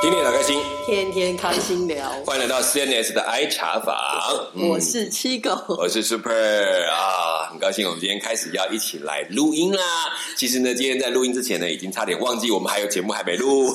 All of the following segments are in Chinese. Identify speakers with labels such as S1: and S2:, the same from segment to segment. S1: 天天好开心，
S2: 天天开心聊。
S1: 欢迎来到 CNS 的 I 茶坊，嗯
S2: 我是七狗，
S1: 我是 Super 啊，很高兴我们今天开始要一起来录音啦。其实呢，今天在录音之前呢，已经差点忘记我们还有节目还没录。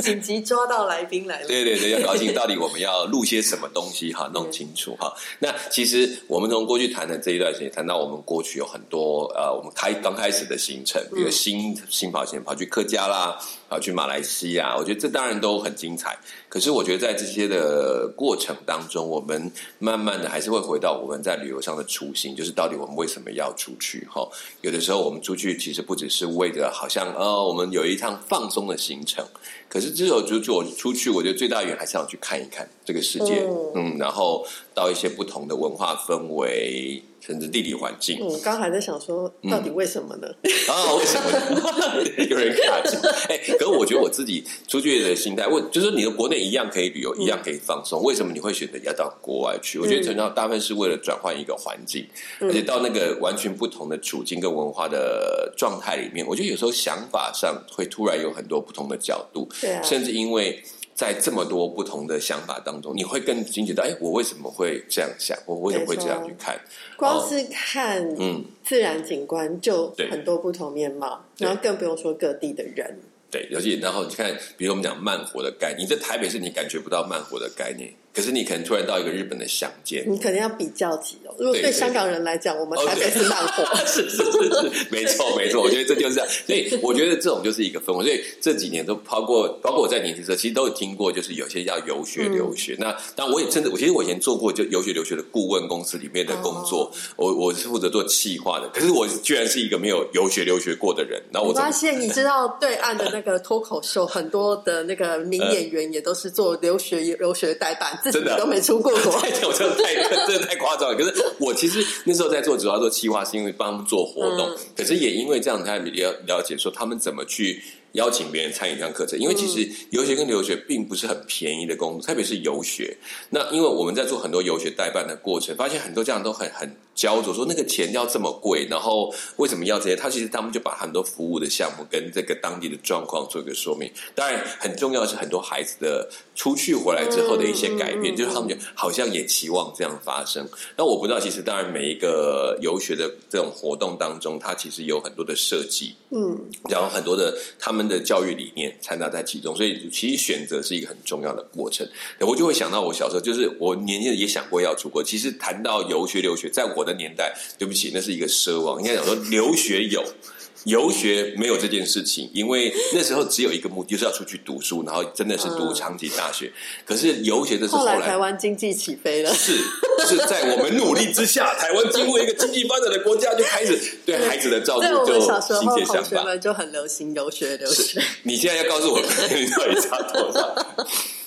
S2: 紧紧急抓到来宾来了。
S1: 对对对，要搞清到底我们要录些什么东西哈，弄清楚哈。那其实我们从过去谈的这一段时间，谈到我们过去有很多呃，我们开刚开始的行程，
S2: 嗯
S1: 比如新新跑线跑去客家啦，跑去马来西亚，我觉得这当然都很精彩。可是我觉得在这些的过程当中，我们慢慢的还是会回到我们在旅游上的初心，就是到底我们为什么要出去哈？有的时候我们出去其实不只是为了好像呃，我们有一趟放松的行程，可是只有就就我出去，我觉得最大的原因还是想去看一看这个世界，嗯然后到一些不同的文化氛围，甚至地理环境。
S2: 嗯我刚还在想说，
S1: 嗯
S2: 到底为什么呢？
S1: 啊，为什么有人卡住？哎、可是我觉得我自己出去的心态，我就是你的国内一样可以旅游，一样可以放
S2: 嗯
S1: 松。为什么你会选择要到国外去？我觉得主要大部分是为了转换一个环境，
S2: 嗯
S1: 而且到那个完全不同的处境跟文化的状态里面，我觉得有时候想法上会突然有很多不同的角度，
S2: 对啊
S1: 甚至因为。在这么多不同的想法当中，你会更惊觉到，哎，我为什么会这样想？我为什么会这样去看？
S2: 光是看
S1: 嗯，
S2: 自然景观就
S1: 对
S2: 很多不同面貌，
S1: 对
S2: 然后更不用说各地的人。
S1: 对，尤其然后你看，比如我们讲慢活的概念，你在台北市你感觉不到慢活的概念，可是你可能突然到一个日本的乡间，
S2: 你肯定要比较级哦。如果
S1: 对
S2: 对
S1: 对
S2: 香港人来讲，我们
S1: 哦
S2: 台
S1: 对
S2: 北是慢 活，
S1: 是是是是，没错没错，我觉得这就是这样。所以我觉得这种就是一个氛围。所以这几年都包括包括我在年轻时候，其实都有听过，就是有些要游学留学。那当然我也甚至我其实我以前做过就游学留学的顾问公司里面的工作，我我是负责做企划的，可是我居然是一个没有游学留学过的人。然后
S2: 我
S1: 我怎么
S2: 发现你知道对岸的那个脱口秀，很多的那个名演员也都是做留学留学代办，自己
S1: 真的啊
S2: 都没出 过国。
S1: 太我真的太真的太夸张了。可是我其实那时候在做主要做企划，是因为帮他们做活动，
S2: 嗯
S1: 可是也因为这样才了了解说他们怎么去。邀请别人参与这样课程，因为其实游学跟留学并不是很便宜的工作，特别是游学。那因为我们在做很多游学代办的过程，发现很多家长都很很焦灼，说那个钱要这么贵，然后为什么要这些？他其实他们就把很多服务的项目跟这个当地的状况做一个说明。当然，很重要的是很多孩子的出去回来之后的一些改变，
S2: 嗯嗯嗯
S1: 就是他们就好像也期望这样发生。那我不知道，其实当然每一个游学的这种活动当中，它其实有很多的设计，
S2: 嗯，
S1: 然后很多的他们的教育理念掺杂在其中，所以其实选择是一个很重要的过程。我就会想到我小时候，就是我年轻人也想过要出国。其实谈到游学留学，在我的年代，对不起，那是一个奢望。应该讲说留学有。 游学没有这件事情，因为那时候只有一个目的，就是要出去读书，然后真的是读
S2: 嗯
S1: 长崎大学。可是游学这是
S2: 后
S1: 后
S2: 来
S1: 来
S2: 台湾经济起飞了，
S1: 是 是在我们努力之下，台湾经过一个经济发展的国家，就开始对孩子的照顾
S2: 在我
S1: 哦就
S2: 们小时
S1: 心
S2: 候，
S1: 结
S2: 同
S1: 相
S2: 学
S1: 伴。
S2: 们就很流行游学留 学。
S1: 你现在要告诉我你到底差多 少？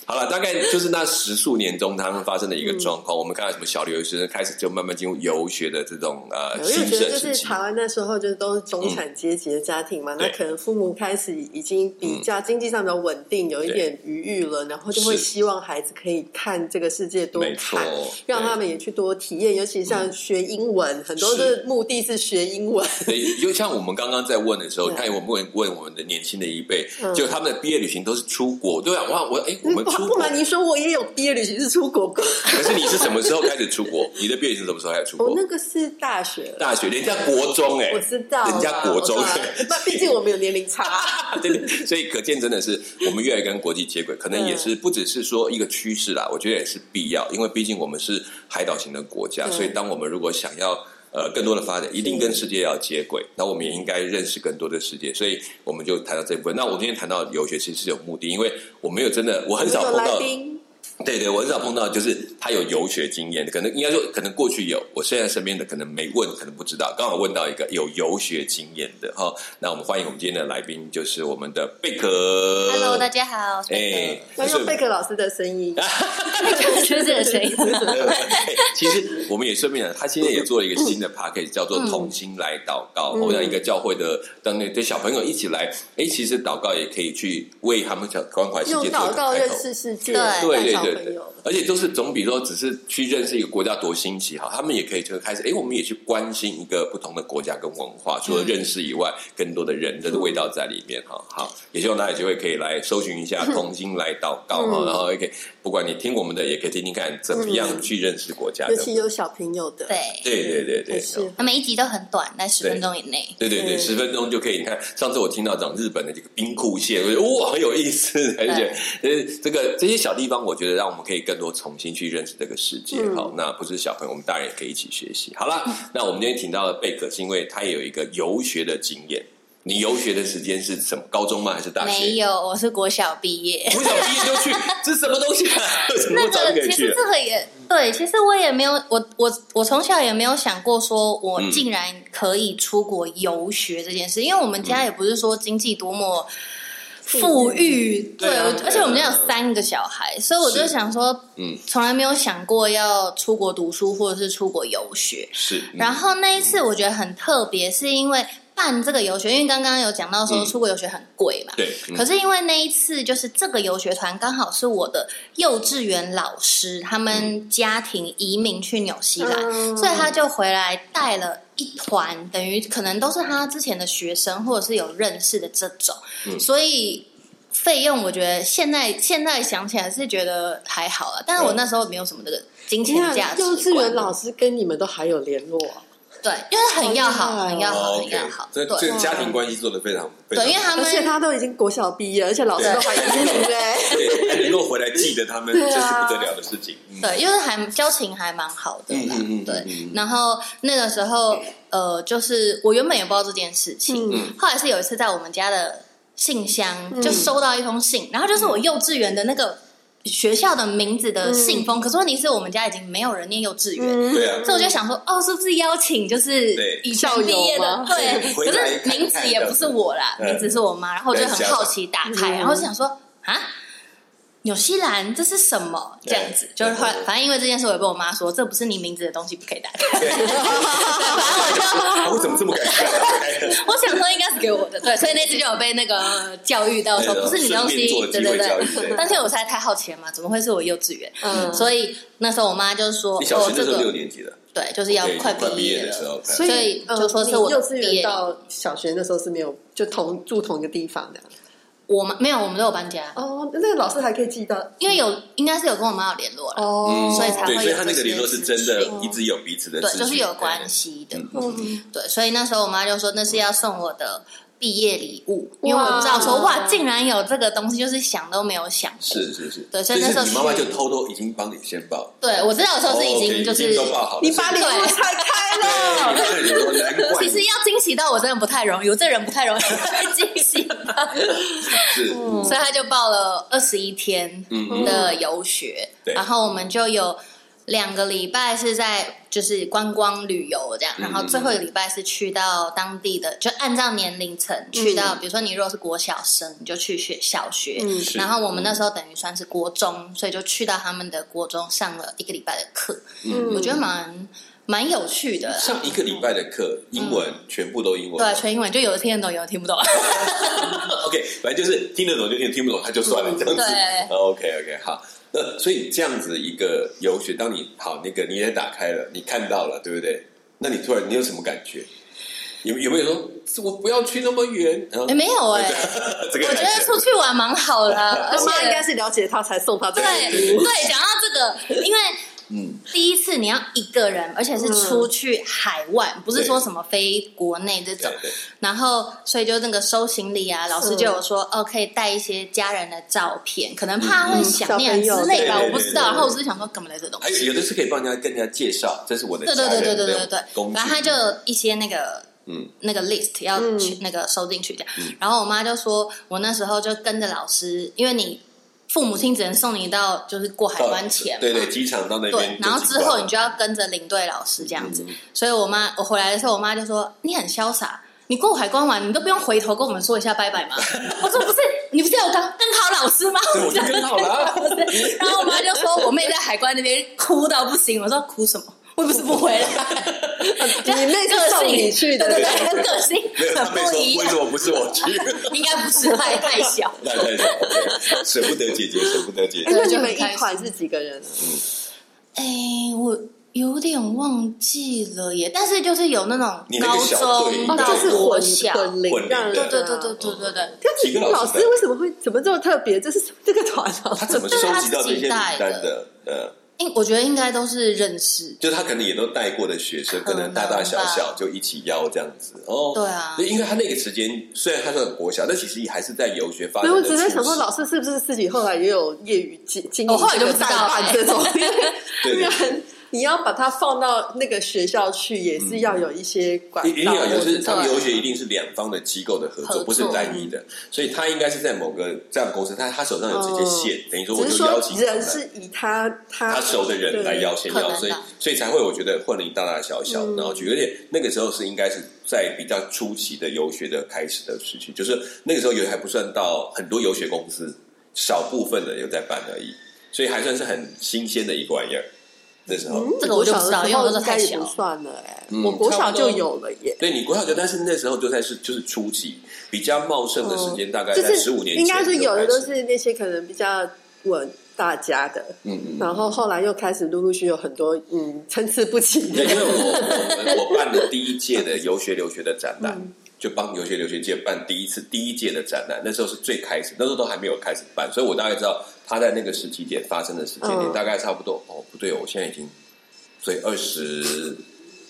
S1: 好了，大概就是那十数年中他们发生的一个状
S2: 嗯
S1: 况。我们看到什么小留学生开始就慢慢进入游学的这种呃
S2: 我
S1: 新
S2: 就觉
S1: 生
S2: 得，就
S1: 时期
S2: 是。台湾那时候就是都是中产阶级的家庭嘛，
S1: 嗯
S2: 那
S1: 对嗯
S2: 可能父母开始已经比较经济上比较稳定，有一点余裕了，然后就会
S1: 是
S2: 希望孩子可以看这个世界多
S1: 没错嗯
S2: 看，让他们也去多体验，尤其像学英文，很多
S1: 是
S2: 的目的是学英文。
S1: 所以就像我们刚刚在问的时候，
S2: 对
S1: 看我们问问我们的年轻的一辈
S2: 嗯，
S1: 就他们的毕业旅行都是出国。对啊，我我哎，我 们
S2: 不
S1: 出
S2: 不
S1: 国，
S2: 瞒您说，我也有毕业旅行是出 国过，
S1: 可是你是什么时候开始出国？你的毕业旅行什么时候开始出
S2: 我
S1: 国？
S2: 那个是大学了。
S1: 大学，人家国中哎，
S2: 我知道啦，
S1: 人家国中哎
S2: 我知道啦那毕竟我们有年龄差，
S1: 对对，所以可见真的是我们越来越跟国际接轨，可能也
S2: 嗯
S1: 是不只是说一个趋势啦，我觉得也是必要，因为毕竟我们是海岛型的国家，
S2: 对
S1: 所以当我们如果想要。呃，更多的发展一定跟世界要接轨，那我们也应该认识更多的世界，所以我们就谈到这一部分。那我今天谈到留学其实是有目的，因为我没有真的， 我很少
S2: 有
S1: 碰
S2: 来
S1: 到，
S2: 宾。
S1: 对对，我很少碰到，就是他有游学经验的，可能应该说，可能过去有，我现在身边的可能没问，可能不知道。刚好问到一个有游学经验的哈、那我们欢迎我们今天的来宾，就是我们的贝壳。
S3: Hello，大家好，我是
S1: 哎
S3: 贝，
S2: 要
S1: 就是
S2: 嗯用贝克老师的声 音，
S3: 壳，是这个声音。
S1: 哎其实我们也顺便讲，他现在也做了一个 新的 p a c k a g e 叫做“同心来祷告”，
S2: 嗯
S1: 哦我想一个教会的当那对小朋友一起来，哎，其实祷告也可以去为他们小关怀世
S2: 用
S1: 界做一
S2: 祷
S1: 个
S2: 告
S1: 开
S2: 认
S1: 口。
S2: 识世界，
S3: 对
S1: 对对
S2: 带小
S1: 对
S2: 朋
S1: 对
S2: 友。，
S1: 而且都是总比说只是去认识一个国家多新奇哈，他们也可以就开始，哎，我们也去关心一个不同的国家跟文化，
S2: 嗯
S1: 除了认识以外，更多的人的味道在里面哈。好，也希望大家有机会可以来搜寻一 下“同心来祷告”
S2: 嗯
S1: 哈，然后也可以不管你听我们的，也可以听听看怎么样去认识国家
S2: 尤
S1: 的。
S2: 其有小朋友
S1: 哎
S2: 的，
S3: 对，
S1: 对对对对
S2: 很，适合
S3: 那每一集都很短，在十
S1: 对
S3: 分钟以内。
S1: 对对对，
S2: 嗯
S1: 十分钟就可以。你看，上次我听到讲日本的这个冰库蟹，我觉得哇，很有意思，而且
S3: 嗯
S1: 呃，这个这些小地方，我觉得让我们可以更多重新去认识这个世界。
S2: 嗯
S1: 好，那不是小朋友，我们大人也可以一起学习。好
S3: 嗯
S1: 啦，那我们今天请到了贝克，是因为他也有一个游学的经验。你游学的时间是什么？高中吗？还是大学？
S3: 没有，我是国小毕 业。
S1: 我想毕业就去，这是什么东西啊？什么
S3: 那
S1: 早就可
S3: 个
S1: 以
S3: 其
S1: 去
S3: 实
S1: 了？
S3: 这个也对，其实我也没有，我我我从小也没有想过说我
S1: 嗯
S3: 竟然可以出国游学这件事，因为我们家也不是说经济多么。富裕，对，
S1: 对啊
S3: 我
S1: 对啊
S3: 而且我们家有三个小孩，所以我就是想说，
S1: 嗯，
S3: 从来没有想过要出国读书或者是出国游学。
S1: 是，嗯
S3: 然后那一次我觉得很特别，是因为办这个游学，因为刚刚有讲到说
S1: 嗯
S3: 出国游学很贵嘛，
S1: 对，嗯
S3: 可是因为那一次，就是这个游学团刚好是我的幼稚园老师，他们家庭移民去纽西兰，
S2: 嗯
S3: 所以他就回来带了一团，等于可能都是他之前的学生或者是有认识的这种，
S1: 嗯
S3: 所以。费用我觉得现在现在想起来是觉得还好了，但是我
S1: 嗯
S3: 那时候没有什么这个金钱
S2: 天啊
S3: 价值观。
S2: 幼稚园老师跟你们都还有联络啊，
S3: 对，就是很要好，
S2: 好厉害哦
S3: 很要好，
S1: 哦
S3: 很
S1: OK，
S3: 要好。
S1: 这
S3: 对
S1: 这家庭关系做得非常非常
S3: 对，因为他
S2: 而
S3: 们
S2: 且他都已经国小毕业，而且老师都还移民 嘞。
S1: 对，能够回来记得他们，这
S2: 对
S1: 是
S2: 啊
S1: 不得了的事情。嗯
S3: 对，因为还交情还蛮好的啦，
S1: 嗯嗯嗯
S3: 对。
S1: 嗯嗯
S3: 然后那个时候，呃，就是我原本也不知道这件事情，
S2: 嗯
S3: 后来是有一次在我们家的信箱
S2: 嗯
S3: 就收到一封信，然后就是
S1: 嗯
S3: 我幼稚园的那个学校的名字的信封，可是问题是我们家已经没有人念幼稚园。
S2: 嗯
S1: 对啊
S3: 所以我就想说，哦，是不是邀请就是
S1: 对
S3: 以前
S2: 校
S3: 毕业
S2: 友
S3: 的
S2: 吗？
S3: 对，
S1: 回
S3: 可
S1: 来
S3: 是名字也不是我啦，
S1: 嗯
S3: 名字是我妈。然后我就很好奇打开，
S2: 嗯
S3: 然后就想说啊，纽西兰这是什么？
S1: 对嗯
S3: 这样子，就是后来
S1: 对对
S3: 反正因为这件事，我也被我妈说，这不是你名字的东西不可以打开。
S1: 对，啊我怎么这么感谢？
S3: 我想说应该是给我的，对，所以那次就有被那个教育到说
S1: 对
S3: 不是你的东西
S1: 顺便做，机
S3: 对
S1: 会
S3: 对
S1: 教育对
S3: 对。但是我实在太好奇了嘛，怎么会是我幼稚园？
S2: 嗯
S3: 所以那时候我妈就说，
S1: 你小
S3: 哦
S1: 学，那
S3: 这
S1: 时候六
S3: 个
S1: 年级了，
S3: 对，就是要
S1: 对
S3: 快
S1: 快毕
S3: 毕
S1: 业
S3: 业
S1: 的时
S3: 了。
S1: 候，
S2: 所
S3: 所以
S2: 呃
S3: 就说是我
S2: 你
S3: 的
S2: 幼稚
S3: 毕
S2: 园
S3: 业
S2: 到小学那时候是没有就同住同一个地方的
S3: 我们没有，我们都有搬家。
S2: 哦，那个老师还可以记得
S3: 因为有应该是有跟我妈有联络了，
S2: 哦
S1: 嗯，
S3: 所以才会
S1: 对，所以
S3: 有
S1: 他那
S3: 这
S1: 个
S3: 些
S1: 联络是真的
S3: 资讯，
S1: 一直有彼此的
S3: 对，
S1: 资讯，
S3: 就是有关系的，
S2: 嗯
S3: 对，所以那时候我妈就说那是要送我的毕业礼物，因为
S2: 哇
S3: 我知道说哇，竟然有这个东西，就是想都没有想过。
S1: 对。是是是，
S3: 对
S1: 所
S3: 所
S1: 以
S3: 以那时候
S1: 是你妈妈就偷偷已经帮你先报，
S3: 对，我知道的时候是已
S1: 哦，OK，
S3: 经就
S1: 已
S3: 是，
S1: 经都报好了，
S2: 你把礼物
S3: 对
S2: 拆开
S1: 对
S2: 了，
S1: 你妈也说难怪
S3: 其实要惊喜到我真的不太容易，我这人不太容易 被惊喜到，
S1: 是，嗯
S3: 所以他就报了二十一天
S1: 嗯
S3: 的游学
S1: 对，
S3: 然后我们就有。两个礼拜是在就是观光旅游这样，
S1: 嗯
S3: 然后最后一个礼拜是去到当地的，就按照年龄层去到，比如说你如果是国小生，你就去学小学，
S2: 嗯
S1: 是
S3: 然后我们那时候等于算是国中，所以就去到他们的国中上了一个礼拜的课，
S1: 嗯
S3: 我觉得蛮蛮有趣的啦，
S1: 上一个礼拜的课，英文全部都英文，
S3: 对啊，全英文就有的听得懂，有的听不懂，
S1: 哦 OK，反正就是听得懂就听，听不懂他就算了，这样子。
S3: 对
S1: OK OK，好。那所以这样子一个游学，当你好那个你也打开了，你看到了，对不对？那你突然你有什么感觉？有有没有说，我不要去那么远？然后
S3: 也没有哎、
S1: 这个
S3: 我觉得出去玩蛮好的啊、而
S2: 妈妈应该
S3: 且
S2: 是了解他才送他这
S3: 对
S2: 个礼物。
S3: 对，讲到这个，因为
S1: 嗯，
S3: 第一次你要一个人，而且是出
S2: 嗯
S3: 去海外，不是说什么飞国内这种
S1: 对，对，
S3: 然后所以就那个收行李啊，老师
S2: 是
S3: 就有说哦，可以带一些家人的照片，可能怕会想念
S2: 嗯小
S3: 之
S2: 朋友
S3: 类吧，
S1: 对对
S3: 我不知
S1: 对对对
S3: 道。然后我只是想说，干嘛来这东
S1: 还有
S3: 西？
S1: 有的是可以帮人家跟人家介绍，这是我的
S3: 对对
S1: 家人
S3: 对
S1: 这
S3: 对对对
S1: 种
S3: 对对
S1: 工，具
S3: 然后他就有一些那个
S1: 嗯
S3: 那个 list 要
S2: 嗯
S3: 去、那个收进去这样。然后我妈就说，我那时候就跟着老师，因为你父母亲只能送你到就是过海关前嘛，
S1: 对对，机场到那
S3: 对
S1: 边，，
S3: 然后之后你就要跟着领队老师这样子。所以我妈我回来的时候，我妈就说你很潇洒。你过海关完，你都不用回头跟我们说一下拜拜 吗？我说不是，你不是有当跟好老师吗？
S1: 对我就 跟好了啊。
S3: 然后我妈就说我妹在海关那边哭到不行，我说哭什么？我不是不 回来，
S2: 你妹是
S3: 个
S2: 送
S3: 性
S2: 你去的
S3: 对对对，跟个性
S1: 没有，他
S3: 很
S1: 没
S3: 不
S1: 说
S3: 一
S1: 为什
S3: 样，
S1: 么不是我去？
S3: 应该不是太太小。
S1: 那那那 OK，舍不得姐姐，舍不得姐姐。
S2: 哎那你
S3: 就
S2: 们
S3: 很开
S2: 一团是几个人啊？
S3: 哎，我有点忘记了耶，但是就是有那
S1: 你
S3: 种
S1: 那
S3: 高
S1: 个小队
S3: 中
S1: 哦
S3: 到
S2: 就是
S3: 国
S2: 混
S3: 小，
S2: 混龄
S1: 混龄
S2: 让人
S1: 的
S3: 对对对对对对对。
S2: 但
S1: 几
S2: 是
S1: 个老
S2: 老
S1: 师
S2: 师
S1: 带
S2: 为什么会怎么这么特别？这是这个团 啊，
S1: 他怎么
S3: 这是
S1: 收
S3: 他
S1: 集到
S3: 自
S1: 这
S3: 己
S1: 些名
S3: 带
S1: 单
S3: 的
S1: 的？呃，
S3: 应我觉得应该都是认识，
S1: 就是他可能也都带过的学生，可能大大小小就一起邀这样子哦。
S3: 嗯对啊
S1: 因为他那个时间虽然他是很国小，但其实还是在游学发
S2: 没
S1: 展
S2: 有，
S1: 的
S2: 我
S1: 初
S2: 只在想说，
S1: 始
S2: 老师是不是自己后来也有业余经经
S3: 我
S2: 营
S3: 后来
S2: 这
S3: 就
S2: 个
S3: 不知
S2: 代
S3: 道
S2: 办
S3: 哎
S2: 这种？
S1: 对
S2: 不
S1: 对
S2: 然你要把它放到那个学校去，也是要有一些管
S1: 一定
S2: 道。
S1: 要有，
S2: 或
S1: 就
S2: 者
S1: 是他们
S3: 对
S1: 游学一定是两方的机构的合
S3: 合
S1: 作，
S3: 作
S1: 不是单一的，所以他应该是在某个这样公司，他他手上有这些线，等于说我
S2: 哦只是
S1: 就邀
S2: 说
S1: 请他
S2: 人
S1: 们
S2: 是以他他
S1: 他熟的人来邀先
S3: 可
S1: 邀，
S3: 能
S1: 所以
S3: 啦
S1: 所以才会我觉得混龄大大小
S2: 嗯
S1: 小，然后举个例，那个时候是应该是在比较初期的游学的开始的时期，就是那个时候游学还不算到很多游学公司，少部分的有在办而已，所以还算是很新鲜的一个玩意儿。那时
S2: 嗯
S1: 候，
S3: 这个我就不知
S2: 小
S3: 道
S2: 的时
S3: 因为
S2: 候
S3: 我那时候
S2: 应该
S3: 太
S2: 也
S3: 小
S2: 不算了哎、
S1: 嗯
S2: 我国
S1: 差
S2: 小
S1: 不多
S2: 就有了耶。
S1: 对你国小就，但是那时候就在是就是初期比较茂盛的时间，大概
S2: 嗯哦就
S1: 在
S2: 是
S1: 十五年前
S2: 应该是有的都
S1: 就开始
S2: 是那些可能比较稳大家的，
S1: 嗯嗯。
S2: 然后后来又开始陆陆续有很多嗯参差不齐
S1: 对，
S2: 的
S1: 因。为我我们我办的第一届的游学留学的展览，就帮游学留学界办第一次第一届的展览，那时候是最开始，那时候都还没有开始办，所以我大概知道他在那个时期点发生的时间点，
S2: 嗯
S1: 大概差不多哦，不对哦，我现在已经所以二十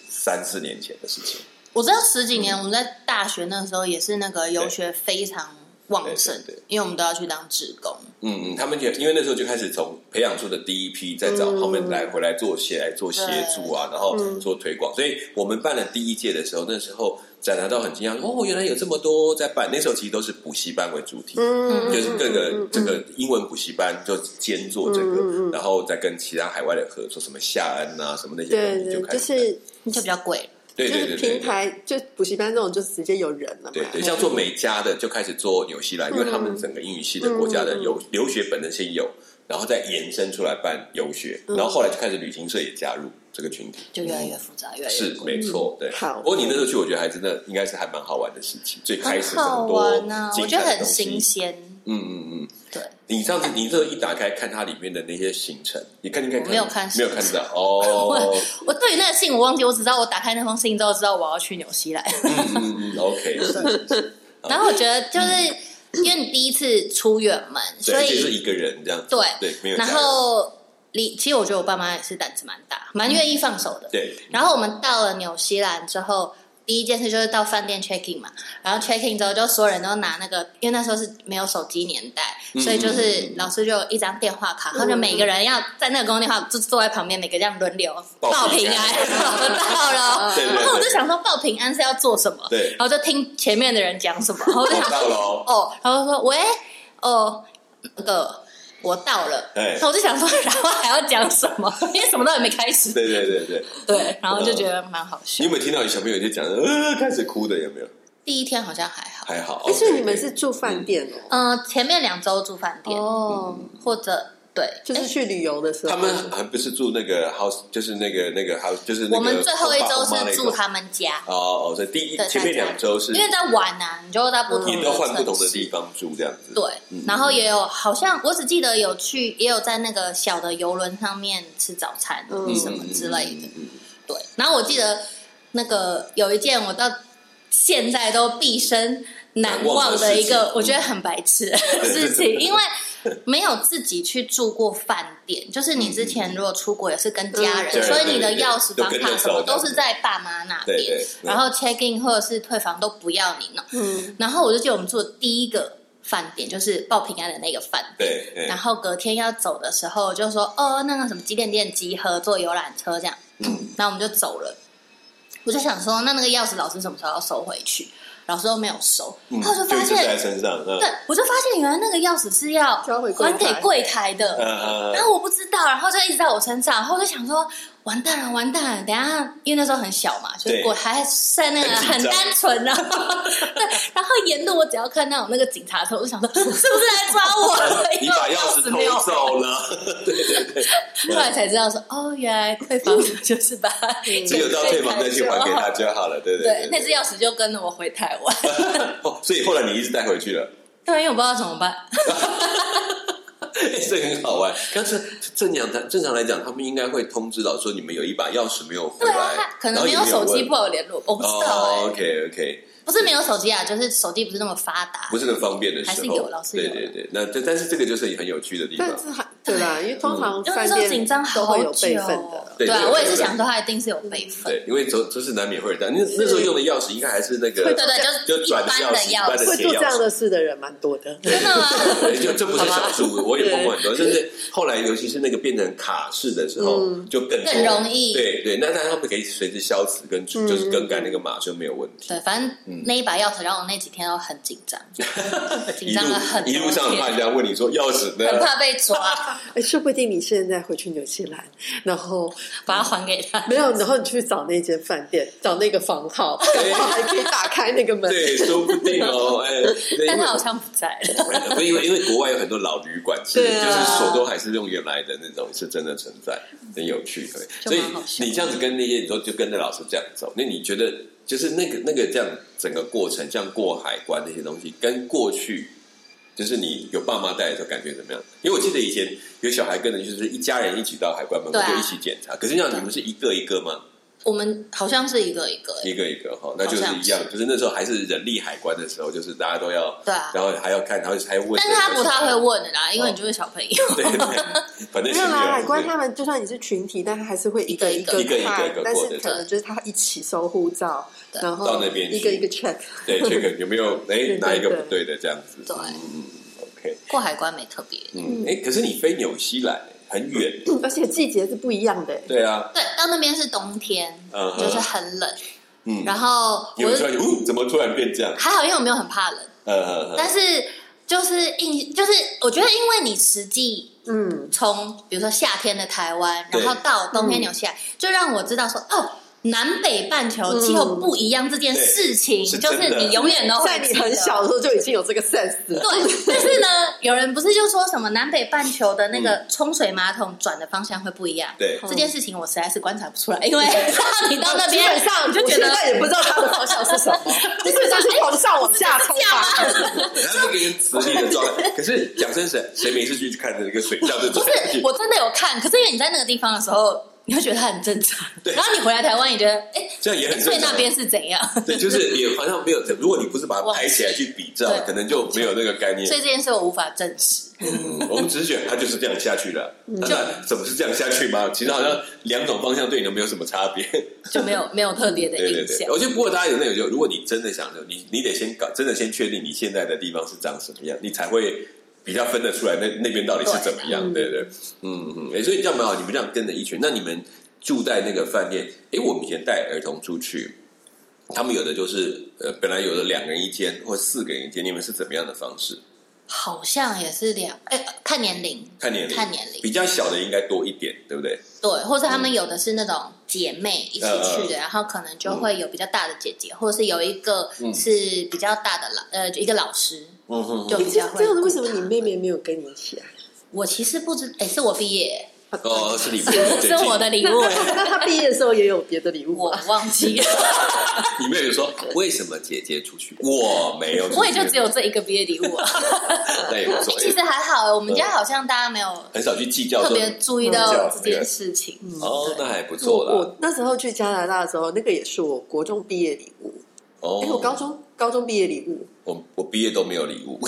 S1: 三四年前的事情，
S3: 我知道十几年我们在大学那时候也是那个游学非常旺盛
S1: 对对对，
S3: 因为我们都要去当志工，
S1: 嗯，嗯，他们就因为那时候就开始从培养出的第一批，再
S2: 嗯
S1: 找他们来回来做协来做协助啊，然后做推广。所以我们办了第一届的时候，那时候展达到很惊讶，哦，原来有这么多在办。那时候其实都是补习班为主体，
S2: 嗯
S1: 就是各个、
S2: 嗯嗯
S1: 这个英文补习班就兼做这个，
S2: 嗯嗯嗯
S1: 然后再跟其他海外的合作，什么夏恩啊，什么那些
S2: 对
S1: 东西
S2: 对，
S1: 开
S2: 就
S1: 始办。
S2: 是
S3: 就比较贵了。
S1: 对
S2: 就
S1: 对
S2: 是
S1: 对对
S2: 平
S1: 对。
S2: 台，就补习班这种，就直接有人了嘛。
S1: 对对，像做美加的就开始做纽西兰，因为
S3: 嗯
S1: 他们整个英语系的国家的游留学本身先有，然后再延伸出来办游学，然后后来就开始旅行社也加入这个群体，
S3: 嗯
S1: 嗯
S3: 就越来嗯越复杂，越来越
S1: 是
S3: 贵。
S1: 没错，对。
S2: 好
S1: 不过你那时候去，我觉得还真的应该是还蛮好玩的事情，最开始
S3: 很
S1: 这
S3: 好
S1: 么多
S3: 玩啊，我
S1: 精
S3: 觉得
S1: 彩的
S3: 很
S1: 东西
S3: 新，鲜。
S1: 嗯嗯嗯。
S3: 对，
S1: 你上次你这一打开看它里面的那些行程，你看你看看
S3: 我没有看
S1: 没有看到哦，
S3: 我对于那个信我忘记，我只知道我打开那封信之后知道我要去纽西兰，
S1: 嗯嗯嗯，OK，是是是
S3: 然后我觉得就是因为你第一次出远门，
S1: 对，
S3: 所
S1: 而且是
S3: 以
S1: 一个人这样子，
S3: 对
S1: 对，没有家
S3: 然
S1: 人，
S3: 后离其实我觉得我爸妈也是胆子蛮大，蛮愿意放手的。
S1: 对，
S3: 然后我们到了纽西兰之后，第一件事就是到饭店 check in 嘛，然后 check in 之后，就所有人都拿那个，因为那时候是没有手机年代，
S1: 嗯
S3: 所以就
S1: 嗯嗯
S3: 是老师就有一张电话卡，然后就每个人要在那个公共电话就坐在旁边，每个这样轮流
S1: 报
S3: 报
S1: 平
S3: 平
S1: 安
S3: 安，到了。
S1: 对对
S3: 然后我
S1: 对
S3: 就想说报平安是要做什么？
S1: 对
S3: 然后就听前面的人讲什么，然后我就想
S1: 我到了哦
S3: 说哦，然后说喂哦那个。我到了，
S1: 哎
S3: 然后我就想说， 然后还要讲什么？因为什么都还没开始。
S1: 对对对 对，嗯
S3: 对，然后就觉得蛮好
S1: 你
S3: 笑
S1: 有。没有听到有小朋友就讲呃开始哭的有没有？
S3: 第一天好像还好，
S1: 还好，哦
S2: 哎，所以你们
S1: OK，
S2: 是住饭店哦？
S3: 嗯、前面两周住饭店，
S2: 哦，
S3: 或者对，
S2: 就是
S3: 诶
S2: 去旅游的时
S1: 嗯
S2: 候，
S1: 他们还不是住那个 house，就是那个那个 house，就是那个
S3: 我们最后一周
S1: 爸妈那
S3: 是
S1: 种
S3: 住他们家，
S1: 哦哦，所以第一
S3: 对
S1: 前面两周是嗯
S3: 因为在玩啊，你就会在不同的
S1: 你都换不同
S3: 城
S1: 的
S3: 市
S1: 地方住这样子，
S3: 对，然后也有好像我只记得有去，也有在那个小的游轮上面吃早餐
S2: 嗯
S3: 什么之类的。
S1: 嗯嗯嗯
S3: 对，然后我记得那个有一件我到现在都毕生难忘的
S1: 难忘的事
S3: 一个
S1: 情，嗯
S3: 我觉得很白痴的事情，因为没有自己去住过饭店。就是你之前如果出国也是跟家人，
S1: 嗯
S3: 所以你的
S1: 对对对
S3: 钥匙、
S1: 就
S3: 房
S1: 跟
S3: 卡
S1: 着
S3: 什么
S1: 走这样
S3: 都是在爸妈那
S1: 对对
S3: 边
S1: 对，
S3: 然后 check in 或者是退房都不要你弄。
S2: 嗯，
S3: 然后我就记得我们住的第一个饭店就是报平安的那个饭店，
S1: 对，哎
S3: 然后隔天要走的时候就说哦，那个什么几点几点集合坐游览车这样，
S1: 嗯
S3: 然后我们就走了。我就想说，那那个钥匙老师什么时候要收回去？老师都没有收，
S1: 嗯，
S3: 然后我就
S1: 就
S3: 发
S1: 一直在
S3: 现，
S1: 身上，嗯
S3: 对我就发现原来那个钥匙是要
S2: 交回柜台
S3: 还给柜台的，
S1: 嗯嗯嗯
S3: 然后我不知道，然后就一直在我身上，然后我就想说，完蛋了，完蛋了！等一下，因为那时候很小嘛，就
S1: 对
S3: 我还在那个
S1: 很
S3: 很
S1: 紧张
S3: 单 纯啊。对，然后沿路我只要看到有那个警察的时候，我就想说， 是不是来抓我了？
S1: 哦你
S3: 因为我
S1: 把钥匙
S3: 没有
S1: 偷走 了，
S3: 后来才知道说，哦，原来退房的 就是把
S1: 嗯 只有到退房再去还给 他就好了，对对对，
S3: 对那只钥匙就跟着我回台 湾，
S1: 哦，所以后来你一直带回去了，
S3: 对，因为我不知道怎么办。
S1: 这很好玩。但是正常他正常来讲，他们应该会通知到说你们有一把钥匙没有回
S3: 对啊
S1: 来，，
S3: 可
S1: 然
S3: 能
S1: 后
S3: 没
S1: 也
S3: 有
S1: 有
S3: 手机
S1: 问
S3: 不好联络，我不知道哎、
S1: 哦，OK OK，
S3: 不是没有手机啊，就是手机不是那么发达
S1: 不。是很方便的时候，
S3: 还是有老师有
S1: 对对对，那但但是这个就是很有趣的地方
S2: 但。是还对啦，因为通常
S3: 嗯因为那
S2: 饭
S3: 时候紧
S2: 店
S3: 张
S2: 都
S3: 好
S2: 会
S3: 久
S2: 有
S3: 哦，
S2: 备份的。
S1: 对
S3: 对
S1: 都
S3: 啊，
S1: 有
S3: 我也
S1: 备
S3: 是
S1: 份
S3: 想说，他一定是有备份。
S1: 对，因为总总是难免会有这样。那那时候用的钥匙应该还是那个，
S3: 对对对，
S1: 就是
S3: 一
S1: 转
S3: 般
S1: 的
S3: 的
S1: 钥匙，一
S3: 钥
S1: 般的
S3: 匙。
S2: 会
S1: 铁
S2: 做
S1: 钥
S2: 这
S1: 匙
S2: 样。的事的人蛮多的，
S3: 真 的吗？
S1: 对，就这不是少数，我也碰过
S2: 对
S1: 很多。甚至后来，尤其是那个变成卡式的时候，就更多
S3: 更容易
S1: 对对，那但他们可以随之消磁跟就是更改那个码就没有问题。
S3: 对，反
S1: 嗯
S3: 正那一把钥匙让我那几天都很紧 张，紧
S1: 一
S3: 张
S1: 路
S3: 了很多
S1: 一路上很怕人家问你说钥匙呢
S3: 天，很？怕被抓，
S2: 哎，说不定你现在回去纽西兰，然后
S3: 把它还给 他。
S2: 没有，然后你去找那间饭店，找那个房号，然后还可以打开那个门。
S1: 对，说不定哦，哎，对
S3: 但
S1: 因为
S3: 他好像不在了。
S1: 对，因为因为国外有很多老旅馆，其实
S2: 对啊
S1: 就是手都还是用原来的那种，是真的存在，很有趣。
S3: 就
S1: 对，所以
S3: 蛮好笑
S1: 你这样子跟那些，你说就跟着老师这样走，那你觉得就是那个那个这样整个过程，像过海关那些东西，跟过去就是你有爸妈带的时候感觉怎么样？因为我记得以前有小孩跟着，就是一家人一起到海关门口
S3: 对啊
S1: 就一起检查，可是像你们是一个一个吗？
S3: 我们好像是一个一个，
S1: 一个一个哈，那就是一样
S3: 好像，
S1: 就是那时候还是人力海关的时候，就是大家都要。
S3: 对啊。
S1: 然后还要看，然后还要问。
S3: 但是他不太会问的啦，因
S1: 哦
S3: 为你就是小朋友。
S1: 对，对，反正
S2: 没
S1: 是
S2: 有
S1: 没有
S2: 啦，海关他们就算你是群体，但他还是会一个
S3: 一
S2: 个
S3: 个
S1: 一个
S2: 看，
S1: 一个一个
S2: 但
S1: 过
S2: 是
S1: 的
S2: 可能就是他一起收护照，
S3: 对
S2: 然后
S1: 到那边去
S2: 一个一个 check。
S1: 对这个有没有哎
S2: 对
S1: 哪一个不对的这样子？
S3: 对
S1: 嗯嗯嗯，OK，
S3: 过海关没特别，
S1: 嗯，哎，可是你飞纽西兰很远，
S3: 嗯
S2: 而且季节是不一样的、欸，
S1: 对啊，
S3: 对，到那边是冬天，
S1: 嗯
S3: 就是很冷。
S1: 嗯，
S3: 然后
S1: 你有
S3: 我
S1: 没有
S3: 就
S1: 突然觉得呜怎么突然变这样？
S3: 还好，因为我没有很怕冷，
S1: 呃，
S3: 但是就是印就是我觉得，因为你实际
S2: 嗯，
S3: 从比如说夏天的台湾，
S1: 对
S3: 然后到冬天纽西兰，就让我知道说哦。南北半球气候不一样这件事情，
S1: 对是
S3: 就
S1: 真的
S3: 是你永远都会
S2: 在你
S3: 记得
S2: 很小的时候就已经有这个 sense 了。
S3: 对，但是呢，有人不是就说什么南北半球的那个冲水马桶转的方向会不一样？
S1: 对
S3: 这件事情我实在是观察不出来，因为你到那边
S2: 哦基本上
S3: 你就觉
S2: 我
S3: 得
S2: 现在也不知道它的方向是什 么，基本上是从上往下冲吧。
S1: 然后就跟磁力的状态。可是讲真实，谁没事去看这个水上这种
S3: 不
S1: 东
S3: 是
S1: 西？
S3: 我真的有看，可是因为你在那个地方的时候，你会觉得它很正常，
S1: 对
S3: 然后你回来台湾，你觉得哎，
S1: 这样也很正
S3: 所以
S1: 常
S3: 那边是怎样？
S1: 对，就是也好像没有。如果你不是把它排起来去比照，
S3: 对
S1: 可能就没有那个概念
S3: 所。以这件事我无法证实。
S1: 嗯，我们只是觉得它就是这样下去的。
S3: 嗯
S1: 那怎么是这样下去吗？其实好像两种方向对你都没有什么差别。
S3: 就没有 没有特别的
S1: 对对
S3: 印
S1: 对，
S3: 象。
S1: 我觉得不过大家有那种，就如果你真的想着你，你得先搞，真的先确定你现在的地方是长什么样，你才会比较分得出来那那边到底是怎么样。
S3: 啊
S1: 对对，嗯嗯，诶所以这样蛮好，你们这样跟着一群，那你们住在那个饭店，诶，我们以前带儿童出去。他们有的就是呃，本来有的两个人一间或四个人一间，你们是怎么样的方式？
S3: 好像也是两哎、看年龄，
S1: 看年龄，
S3: 看年龄
S1: 比较小的应该多一点，对不对？
S3: 对，或者他
S1: 嗯
S3: 们有的是那种姐妹一起去的，
S1: 呃
S3: 然后可能就会有比较大的姐姐，或者是有一个是比较大的老、呃一个老师，
S1: 嗯哼
S3: 就比
S2: 这
S3: 较
S2: 样
S3: 会。
S2: 这样子，为什么你妹？妹没有跟你一起啊？
S3: 我其实不知，哎，是我毕业，
S1: 哦，是你
S3: 是我的 礼物，
S2: 那她毕业的时候也有别的礼物
S3: 我
S2: 吗？
S3: 忘记了，
S1: 你妹妹说，为什么姐姐出去，我没有出去？
S3: 我也就只有这一个毕业礼物啊。
S1: 那也无所
S3: 哎其
S1: 谓
S3: 实，还好，我们家好像大家没有
S1: 哎很少去计较
S3: 特
S1: 说。嗯
S3: 别注意到这件事情。
S1: 哦，那还不
S2: 我
S1: 错啦。
S2: 我那时候去加拿大的时候，那个也是我国中毕业礼物，
S1: 哦
S2: 哎、，我高中高中毕业礼物，
S1: 我我毕业都没有礼 物，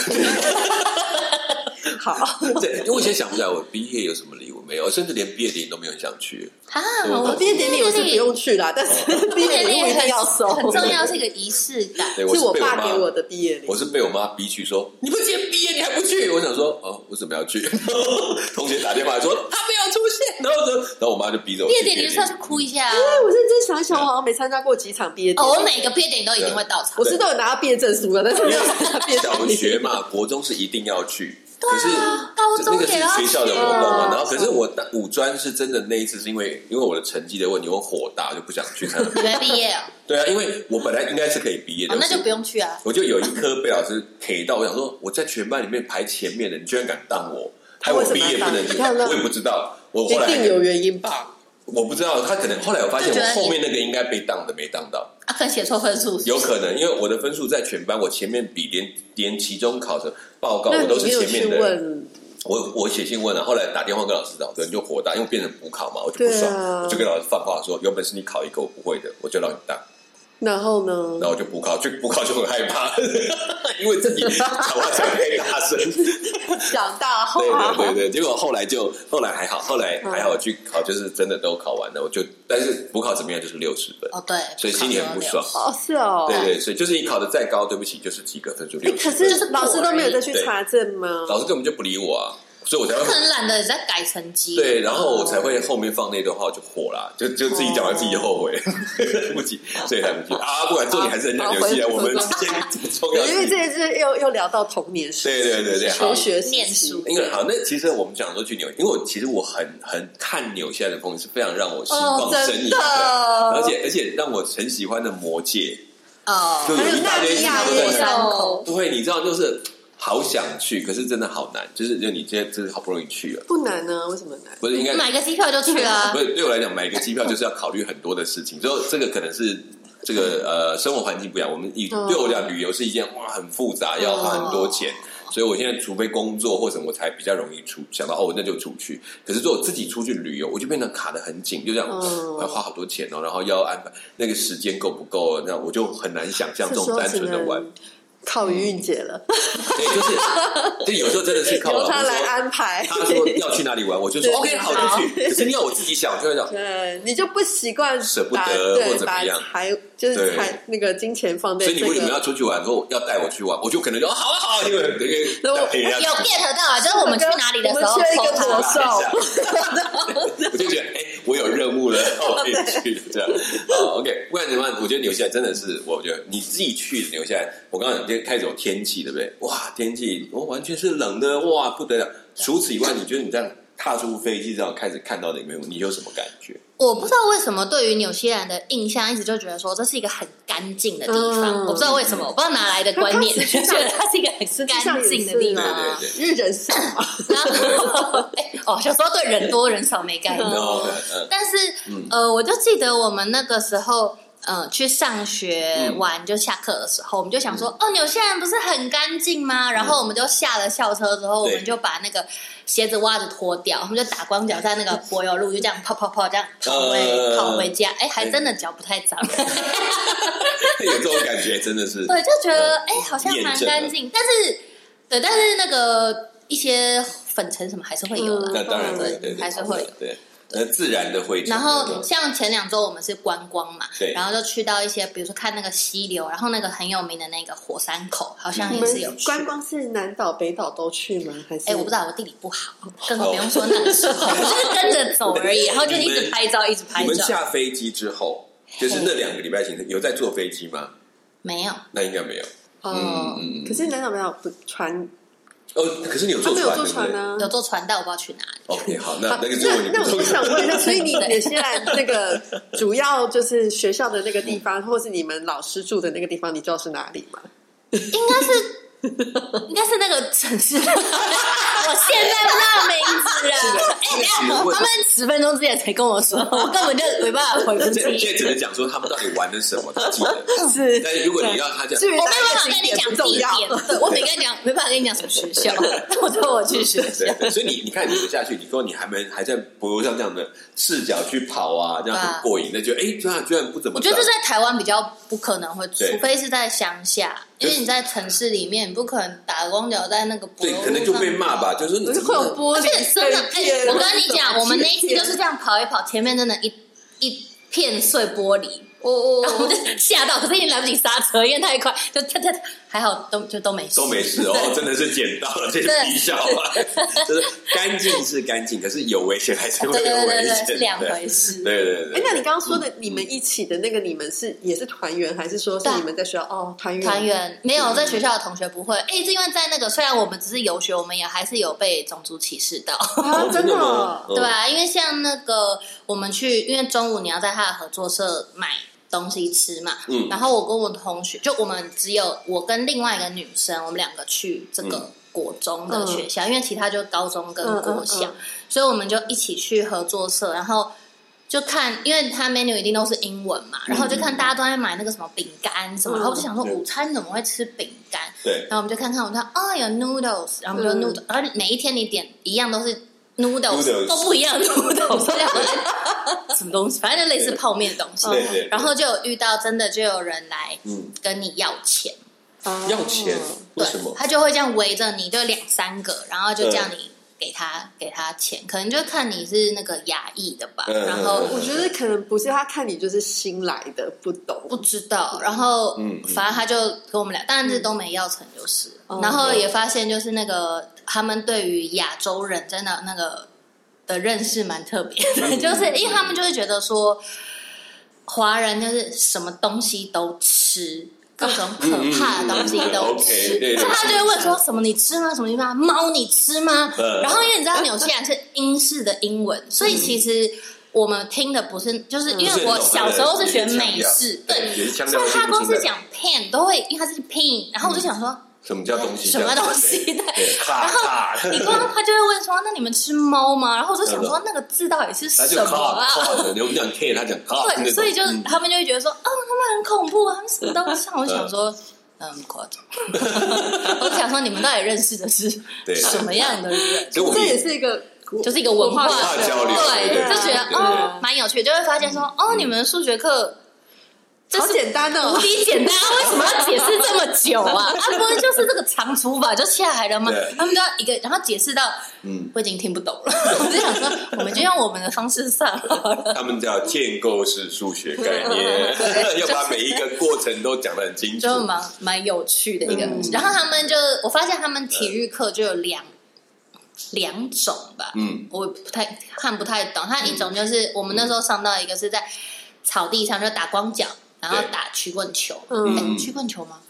S2: 好，
S1: 对，因为我现在想不起来我毕业有什么礼物没有，甚至连毕业典礼都没有很想去。
S3: 啊，
S2: 我
S3: 我
S2: 毕业典礼我是不用去啦，但是毕哦业礼物一定要收，
S3: 很重要，是一个仪式感。
S1: 对，
S2: 是
S1: 是
S2: 我
S1: 被
S2: 爸
S1: 妈
S2: 给我，的毕业礼
S1: 我
S2: 物。
S1: 是被我妈逼去 说，你不是今天毕业你还不去？我想说，哦，我怎么要去？同学打电话来说，他没有
S3: 有出现。
S1: 然后就，然后我妈就逼着我
S3: 毕业
S1: 去
S3: 典礼就是要去哭一下啊，
S2: 哎，我认真想一想，我好像没参加过几场毕业典
S3: 哦，
S2: 礼。
S3: 我每个毕业典礼都一定会到场
S2: 我。是都有拿到毕业证书了，但是没有参加 毕业典
S1: 小
S2: 礼。
S1: 学嘛，国中是一定要去，可是
S3: 高
S1: 就
S3: 中
S1: 那个是
S3: 也要
S1: 学校的
S3: 去
S1: 活动嘛
S2: 啊。
S1: 然后可是我大五专是真的那一次是因为因为我的成绩的问题，我火大就不想去参加。
S3: 你们毕业啊？
S1: 对啊，因为我本来应该是可以毕业的，
S3: 哦那
S1: 我
S3: 就是不用去啊。
S1: 我就有一科被老师 K 到，我想说我在全班里面排前面的，你居然敢当我，害我
S2: 为什
S1: 毕
S2: 么要
S1: 业不
S2: 当
S1: 能
S2: 你
S1: 去，
S2: 看到
S1: 我也不知道。我后
S2: 一
S1: 来
S2: 定有原因吧？
S1: 我不知道，他可能后来我发现
S3: 就觉
S1: 我
S3: 得你
S1: 后面那个应该被当的没当到，
S3: 啊，可能写错分数是
S1: 有
S3: 不是，
S1: 可能因为我的分数在全班，我前面比连连期中考的报告
S2: 那
S1: 我都
S2: 你
S1: 是
S2: 没有
S1: 前
S2: 去
S1: 面的人。
S2: 问？
S1: 我我写信问了，后来打电话跟老师找，可能就火大，因为变成补考嘛，我就不
S2: 对啊
S1: 爽，我就跟老师放话说，有本事你考一个我不会的，我就让你当，
S2: 然后呢
S1: 然？后我就补考，就补考就很害怕， 因为自己讲话讲太大声，
S2: 长大后
S1: 对
S2: 啊，
S1: 对对对，结果后来就后来还好，后来
S2: 嗯
S1: 还好去考，就是真的都考完了，我就但是补考怎么样就是六十分，
S3: 哦，对，
S1: 所以心里很不爽。
S2: 哦是哦。
S1: 对对，所以就是你考的再高，对不起，就是及格分数
S2: 哎
S1: 六，
S2: 可
S1: 十分，
S2: 是老师都没有再去查证吗？
S1: 老师根本就不理我啊，所以我才
S3: 可
S1: 会
S3: 能懒得也在改成绩。
S1: 对，然后我才会后面放那段话就火啦，就就自己讲完自己就后悔，
S2: 哦
S1: 不急，所以才不急啊。不管重点还是很讲游 戏啊，
S2: 好
S1: 我
S2: 回
S1: 们之间怎么 重要
S2: 对因为
S1: 性？
S2: 这是又又聊到童年时
S1: 啊对对对对，好
S2: 求。学时期
S3: 念书
S1: 因为好，那其实我们讲说去纽约，因为我其实我很很看纽现在的风景是非常让我心
S2: 哦，
S1: 旷神
S2: 真
S1: 怡
S2: 的，
S1: 而且而且让我很喜欢的魔界，
S3: 哦，
S1: 就
S2: 还
S1: 有
S2: 有
S1: 一大
S2: 纳
S1: 堆
S2: 米
S1: 地
S2: 亚
S1: 方都
S2: 也
S1: 在
S3: 山
S2: 有
S3: 口，
S1: 对，你知道就是好想去，可是真的好难，就是就你今天真的好不容易去了，
S2: 不难啊呢？为什么难？
S1: 不是应该
S3: 买个机票就去了啊
S1: 不。是对我来讲，买一个机票就是要考虑很多的事情，之后这个可能是。这个呃，生活环境不一样。我们以
S2: 嗯
S1: 对我来讲，旅游是一件哇很复杂，要花很多钱，所以我现在除非工作或什么，我才比较容易出想到哦，那就出去。可是如果我自己出去旅游，我就变得卡得很紧，就这样、
S2: 嗯
S1: 我要花好多钱哦，然后要安排那个时间够不够，哦那我就很难想象这
S2: 这时
S1: 种
S2: 候
S1: 单
S2: 只
S1: 纯的玩。
S2: 能靠余韵姐了，
S1: 对， 就是就有时候真的是靠
S2: 由
S1: 老
S2: 她
S1: 公
S2: 来
S1: 说，
S2: 安排。
S1: 他说要去哪里玩，我就说
S2: 对
S1: OK 好就去。可是你要我自己想，我就会讲
S2: 对，你就不习惯
S1: 舍不
S2: 把
S1: 得或
S2: 对，
S1: 怎么
S2: 把
S1: 样
S2: 财就是
S1: 对
S2: 财那个金钱放在
S1: 所以
S2: 这
S1: 你为什么要
S2: 个。
S1: 出去玩，说要带我去玩，我就可能就哦好啊 好啊，因为因为
S2: 那我
S1: 要陪人
S3: 有
S1: 家出去
S3: get 到啊，就是我们去哪里的时候
S2: 我们缺一个
S3: 偷
S2: 魔
S3: 它
S2: 兽
S1: 我就觉得哎、我有任务了，我可以去这样。好，OK，不然怎么办？我觉得留下来真的是，我觉得你自己去留下来。我刚刚讲开始有天气，对不对？哇，天气我、完全是冷的，哇不得了。除此以外，你觉得你这样踏出飞机这样开始看到的有没有？你有什么感觉？
S3: 我不知道为什么对于纽西兰的印象，一直就觉得说这是一个很干净的地方。
S2: 嗯
S3: 我不知道为什么，我不知道哪来的观念，
S2: 它
S3: 就
S2: 它实际上
S3: 觉得它是一个很干净的
S1: 对
S3: 地方。
S1: 对对。
S2: 因为人 少嘛，
S3: 然后， 哎哦，小时候对人多人少没概念
S1: 然，后嗯，
S3: 但是
S1: 嗯
S3: 呃，我就记得我们那个时候。呃，去上
S1: 嗯
S3: 学完就下课的时候，我们就想说，哦，纽西兰不是很干净吗？然后我们就下了校车之后，我
S1: 嗯对
S3: 们就把那个鞋子袜子脱掉，我们就打光脚在那个柏油路就这样跑跑跑这样跑回
S1: 呃
S3: 跑回家，哎，还真的脚不太脏，
S1: 有这种感觉，真的是。
S3: 对，就觉得哎好像蛮
S1: 验证了
S3: 干净，但是对，但是那个一些粉尘什么还是会有啦。
S2: 嗯
S1: 那当然，对对，
S3: 还是会有
S1: 对，那自然的灰尘。
S3: 然
S1: 对
S3: 后像前两周我们是观光嘛，
S1: 对
S3: 然后就去到一些，比如说看那个溪流，然后那个很有名的那个火山口，好像
S2: 你
S3: 也是有
S2: 嗯们
S3: 去。
S2: 观光是南岛北岛都去吗？还是
S3: 哎，我不知道，我地理不好，
S1: 哦
S3: 更不用说那个时 候，我就是跟着走而已，然后就一直拍照，一直拍
S1: 你们
S3: 照。
S1: 下飞机之后，就是那两个礼拜行程，有在坐飞机吗？
S3: 没有，
S1: 那应该没有。
S2: 哦
S1: 嗯嗯嗯。
S2: 可是南岛北岛不船，
S1: 哦，可是你有
S2: 他
S1: 坐
S2: 没有
S1: 船，
S2: 坐船啊呢。
S3: 有坐船，但我不知道去哪里。
S1: 对不对？OK，好，那
S2: 好
S1: 那个就
S2: 那那我就想问一 下，所以你
S3: 对
S2: 纽西兰那个主要就是学校的那个地方，或是你们老师住的那个地方，你知道是哪里吗？
S3: 应该是，应该是那个城市。 我现在不知道名字了。哎，等
S1: 请
S3: 一下
S1: 问
S3: 他们十分钟之前才跟我说，我根本就没办法回复
S1: 这
S3: 你。
S1: 现在只能讲说他们到底玩了什么，他记得。
S2: 是
S1: 但是如果你让他讲，
S2: 至于
S3: 我
S2: 哪
S3: 没有办
S2: 一
S3: 法
S2: 个景
S3: 跟你
S2: 点不
S3: 讲地
S2: 重要，
S3: 点，对我没跟你讲，没办法跟你讲什么学校，我带我去学校
S1: 对，。对所以你你看你们下去，你说你还没还在柏油上这样的视角去跑啊，这样
S3: 对啊
S1: 很过瘾，那就哎，居然居然不怎么
S3: 我
S1: 脏。
S3: 觉得这在台湾比较不可能会，除
S1: 对
S3: 非是在乡下，因为你在城市里面，你不可能打光脚在那个柏
S1: 对
S3: 油，路
S1: 可能就被骂吧，
S3: 上。
S1: 就是你
S2: 不是
S1: 怎
S2: 会有
S1: 么
S2: 玻
S3: 而
S2: 璃
S3: 且真的，
S2: 碎
S3: 哎
S2: 片，
S3: 我跟你讲，我们那一次
S2: 什么
S3: 就是这样跑一跑，前面真的一一片碎玻璃，
S2: 我我
S3: 然后我
S2: 我
S3: 们就吓到，可是已经来不及刹车，因为太快，就跳跳，还好都就都没事，
S1: 都没事 哦，真的是捡到了，这是低效啊， 就是干净是干净，可是有危险还是
S3: 对
S1: 会
S3: 对
S1: 有
S3: 对
S1: 危
S3: 对对，
S1: 险，
S3: 是两
S1: 对
S3: 回事。
S1: 对对对
S2: 哎，那你刚刚说的你们一起的那个，你们是也是团员，还是说是
S3: 对啊
S2: 你们在学校哦团员？
S3: 团员没有在学校的同学不会，哎，是因为在那个虽然我们只是游学，我们也还是有被种族歧视到。
S2: 啊，真的哦，
S1: 对
S3: 对啊，因为像那个我们去，因为中午你要在他的合作社买东西吃嘛，
S1: 嗯
S3: 然后我跟我同学，就我们只有我跟另外一个女生，我们两个去这个
S1: 嗯
S3: 国中的学校，因为其他就高中跟
S2: 嗯
S3: 国校，
S2: 嗯
S3: 所以我们就一起去合作社，然后。就看，因为他 menu 一定都是英文嘛，然后就看大家都在买那个什么饼干什
S2: 嗯
S3: 么，然后我就想说
S1: 对
S3: 午餐怎么会吃饼干？
S1: 对，
S3: 然后我们就看看，我们说哦有 noodles，然后我们就 noodle，、而且每一天你点一样都是 noodles，,
S1: Noodles
S3: 都不一样的 noodles，这样子 什么东西，反正就类似泡面的东西。
S1: 对对
S3: 然后就有遇到真的就有人来
S1: 嗯，
S3: 跟你要钱，
S2: 哦
S1: 要钱为
S3: 嗯对
S1: 什么，？嗯
S3: 他就会这样围着你，就两三个，然后就叫你给他、给他钱，可能就看你是那个亚裔的吧，
S1: 嗯
S3: 然后
S1: 嗯嗯
S2: 哦我觉得可能不是他看你就是新来的，不懂
S3: 不知道，然后
S1: 嗯嗯
S3: 反正他就跟我们俩，当然是都没要成就是了，
S2: 哦
S3: 然后也发现就是那个他们对于亚洲人真的那个的认识蛮特别
S1: 嗯
S3: 的， 就是因为他们就会觉得说，华人就是什么东西都吃。各种可怕的东西都
S1: 嗯嗯嗯嗯嗯，OK，对
S3: 吃，所以他就会问说什么你吃吗？什么你吗？猫你吃吗？
S1: 嗯
S3: 然后因为你知道纽西兰是英式的英文，所以其实我们听的不是，就是
S1: 嗯
S3: 因
S1: 不是
S3: 为我小时候是学美式，
S1: 那种
S3: 对，
S1: 也是腔
S3: 所
S1: 调
S3: 以他光
S1: 也
S3: 是
S1: 腔调
S3: 讲 pan 都会，因为他是 pin，然后我就想说，
S1: 什么叫嗯东西，
S3: 什么东 西
S1: 对，
S3: 对
S1: 对卡卡，
S3: 你光他就会问说，那你们吃猫吗？然后我就想
S1: 对
S3: 说，那个字到底是
S1: 他
S3: 什
S1: 就
S3: 么
S1: 卡
S3: 啊？
S1: 卡的，我们讲 K，他讲卡，那
S3: 对，
S1: 种
S3: 所以就
S1: 嗯
S3: 他们就会觉得说，哦，他们很恐怖，他们什么都 像。我想说，嗯，夸张。 我想说，你们到底认识的是
S1: 对
S3: 什么样的人？
S1: 所以我
S2: 这
S1: 们
S2: 也是一个
S3: 就是一个文化
S1: 文化交流
S3: 对，
S1: 对
S2: 啊
S3: 就觉
S1: 对
S3: 得哦，蛮有趣，就会发现说，哦，你们数学课就
S2: 好
S3: 是
S2: 简单
S3: 无
S2: 哦。
S3: 比简单，啊为什么要解释这么久 啊？啊，不是就是这个长除法就下来了吗
S1: 对？
S3: 他们就要一个，然后解释到
S1: 嗯，
S3: 我已经听不懂了， 我就想说，我们就用我们的方式上好了。
S1: 他们叫建构式数学概 念， 要把每一个过程都讲得很清楚。
S3: 就蛮蛮有趣的一个。
S1: 嗯
S3: 然后他们就，我发现他们体育课就有两两种吧，
S1: 嗯，
S3: 我不太看不太懂。它一种就是、我们那时候上到一个是在草地上就打光脚，然后
S1: 对
S3: 打曲棍球，
S2: 嗯
S3: 哎曲棍球吗？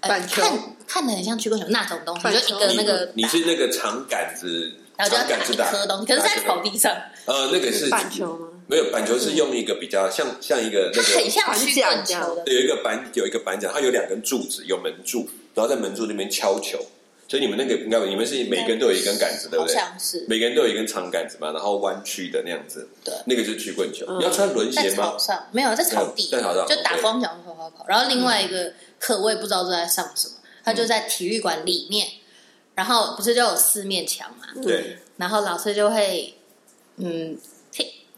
S3: 呃
S2: 板球
S3: 看看的很像曲棍球那种东西，
S2: 板
S3: 就
S2: 球嗯
S3: 一个
S1: 你
S3: 那个，
S1: 你是那个长杆子，
S3: 然后就
S1: 长
S3: 要
S1: 杆子
S3: 一颗东西，可是在草地上，
S1: 呃，那个是
S2: 板球吗？
S1: 没有板球
S3: 嗯
S1: 是用一个比较像像一个那
S3: 它
S1: 个
S3: 很像曲棍球的。
S1: 有一个板有一个板桨，它有两根柱子，有门柱，然后在门柱那边敲球。所以你们那个应该你们是每个人都有一根杆子，对不
S3: 好
S1: 对？
S3: 像是
S1: 每个人都有一根长杆子嘛，然后弯曲的那样子。
S3: 对
S1: 那个就是曲棍球。
S2: 嗯
S1: 你要穿轮
S3: 在
S1: 鞋吗
S3: 草？上，没有在草地，
S1: 没有在草上
S3: 就打
S1: OK 嗯
S3: 光脚跑跑跑。然后另外一个课我也不知道都在上什么，他就在体育馆里面，然后不是就有四面墙嘛，
S1: 对，
S3: 然后老师就会，嗯，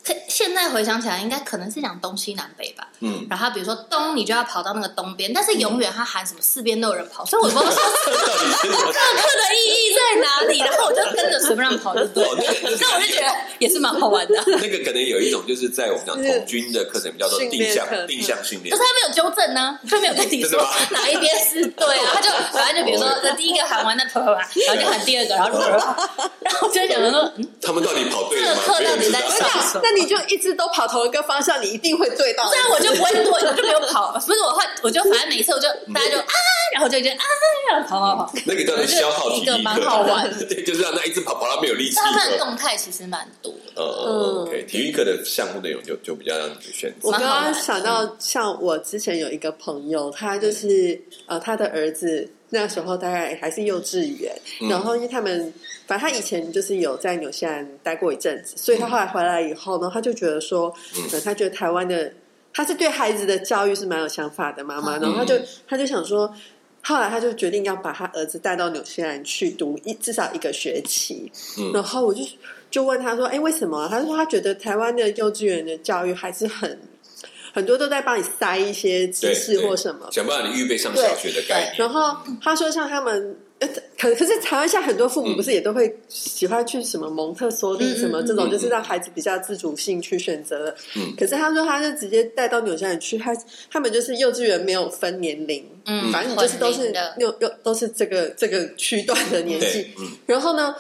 S3: 可可现在回想起来，应该可能是讲东西南北吧。
S1: 嗯，
S3: 然后他比如说东，你就要跑到那个东边，但是永远他喊什么四边都有人跑，所以我也不知道上
S1: 到底是什么？
S3: 课的意义在哪里。然后我就跟着随便乱跑，就对
S1: 哦
S3: 了。
S1: 那个那
S3: 那我就觉得也是蛮好玩的，
S1: 嗯那个可能有一种就是在我们 讲童军的课程叫做
S2: 训
S1: 定
S2: 练课
S1: 向
S2: 程
S1: 定向训练
S3: 可是，他没有纠正呢、他没有跟你
S1: 真
S3: 说
S1: 的吗
S3: 哪一边是对啊，他就反正就比如说
S1: 哦，
S3: 那第一个喊完那啪啪啪，然后就喊第二个，然后就啪啪啪然后我就想着说，嗯，
S1: 他们到底跑对了吗
S3: 这个？课
S1: 没有人
S3: 到底
S1: 知
S3: 在
S1: 道
S2: 哎
S3: 上
S2: 那那你就一直都跑同一个方向，你一定会对到。
S3: 虽然我就不会多，我就没有跑，不是我会，我就反正每次我就大家就啊，然后就觉得啊，然后跑跑跑，
S1: 那个叫做消耗体
S3: 一个
S1: 力
S3: 蛮好玩
S1: 课， 对，就是让他一直跑跑到没有力气
S3: 但他们的
S1: 了。
S3: 动态其实蛮多的，
S1: 嗯嗯，OK，体育课的项目内容就就比较让你去选择
S2: 我。刚刚想到，像我之前有一个朋友，他就是呃，
S3: 嗯
S2: 他的儿子那时候大概还是幼稚园，
S1: 嗯
S2: 然后因为他们，反正他以前就是有在纽西兰待过一阵子，所以
S3: 嗯
S2: 他后来回来以后呢，他就觉得说，呃，他觉得台湾的他是对孩子的教育是蛮有想法的妈妈，
S3: 嗯
S2: 然后他就他就想说。后来他就决定要把他儿子带到纽西兰去读一至少一个学期，
S1: 嗯
S2: 然后我就就问他说：“哎，为什么啊、他说他觉得台湾的幼稚园的教育还是很很多都在帮你塞一些知
S1: 对，
S2: 识
S1: 对
S2: 或什么。
S1: 想办法你预备上小学的概念。
S2: 然后他说像他们。呃可可是台湾现在很多父母不是也都会喜欢去什么蒙特梭利
S3: 嗯嗯
S2: 什么这
S1: 嗯
S2: 种，
S1: 嗯
S2: 就是让孩子比较自主性去选择的。
S1: 嗯
S2: 可是他说他就直接带到纽西兰去，他他们就是幼稚园没有分年龄，
S3: 嗯
S2: 反正你就是都
S3: 混龄
S2: 是
S3: 的
S2: 又又都是这个这个区段的年纪
S1: 对，，嗯，
S2: 然后呢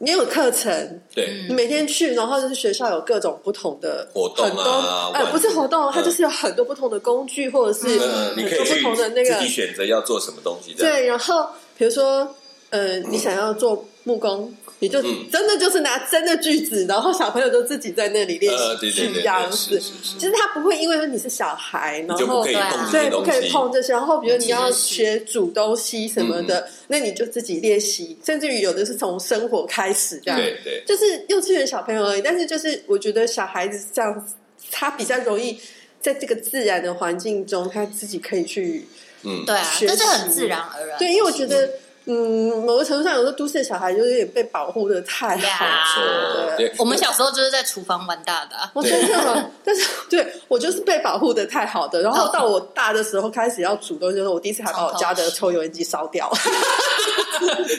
S2: 也有课程，
S1: 对，
S2: 你每天去，然后就是学校有各种不同的
S1: 活动啊
S2: 很多
S1: 玩
S2: 呃，不是活动，它
S1: 嗯
S2: 就是有很多不同的工具，或者是
S1: 呃，
S2: 很
S1: 你可以
S2: 多不
S1: 去
S2: 同的那个
S1: 自己选择要做什么东西这样。
S2: 对。然后比如说，呃，你想要做木工，你就
S1: 嗯
S2: 真的就是拿真的锯子，然后小朋友就自己在那里练
S1: 呃对
S2: 习
S1: 对对
S2: 锯
S1: 对
S2: 这样
S1: 是
S2: 子。
S1: 是是
S2: 其实他不会因为说你是小孩，然
S1: 你就不
S2: 后
S1: 可以
S3: 对啊
S1: 碰这
S2: 对
S1: 些
S2: 不
S1: 东
S2: 可以
S1: 西，
S2: 碰这些。然后比如你要
S3: 其实是
S2: 学煮东西什么
S1: 嗯
S2: 的，那你就自己练习，甚至于有的是从生活开始这样。
S1: 对对，
S2: 就是幼稚园小朋友而已。但是就是我觉得小孩子这样子，他比较容易在这个自然的环境中，他自己可以去
S1: 嗯，
S3: 对啊，
S2: 学
S3: 这
S2: 习
S3: 是很自然而然。
S2: 对，因为我觉得。嗯，某个程度上，有时候都市的小孩就是有点被保护的太好
S1: 没
S3: 呀
S2: 了。
S1: 错，对，
S3: 我们小时候就是在厨房玩大的啊、
S2: 我真的，但是对我就是被保护的太好的。然后到我大的时候开始要煮东西的时候，我第一次还把我家的抽油烟机烧掉，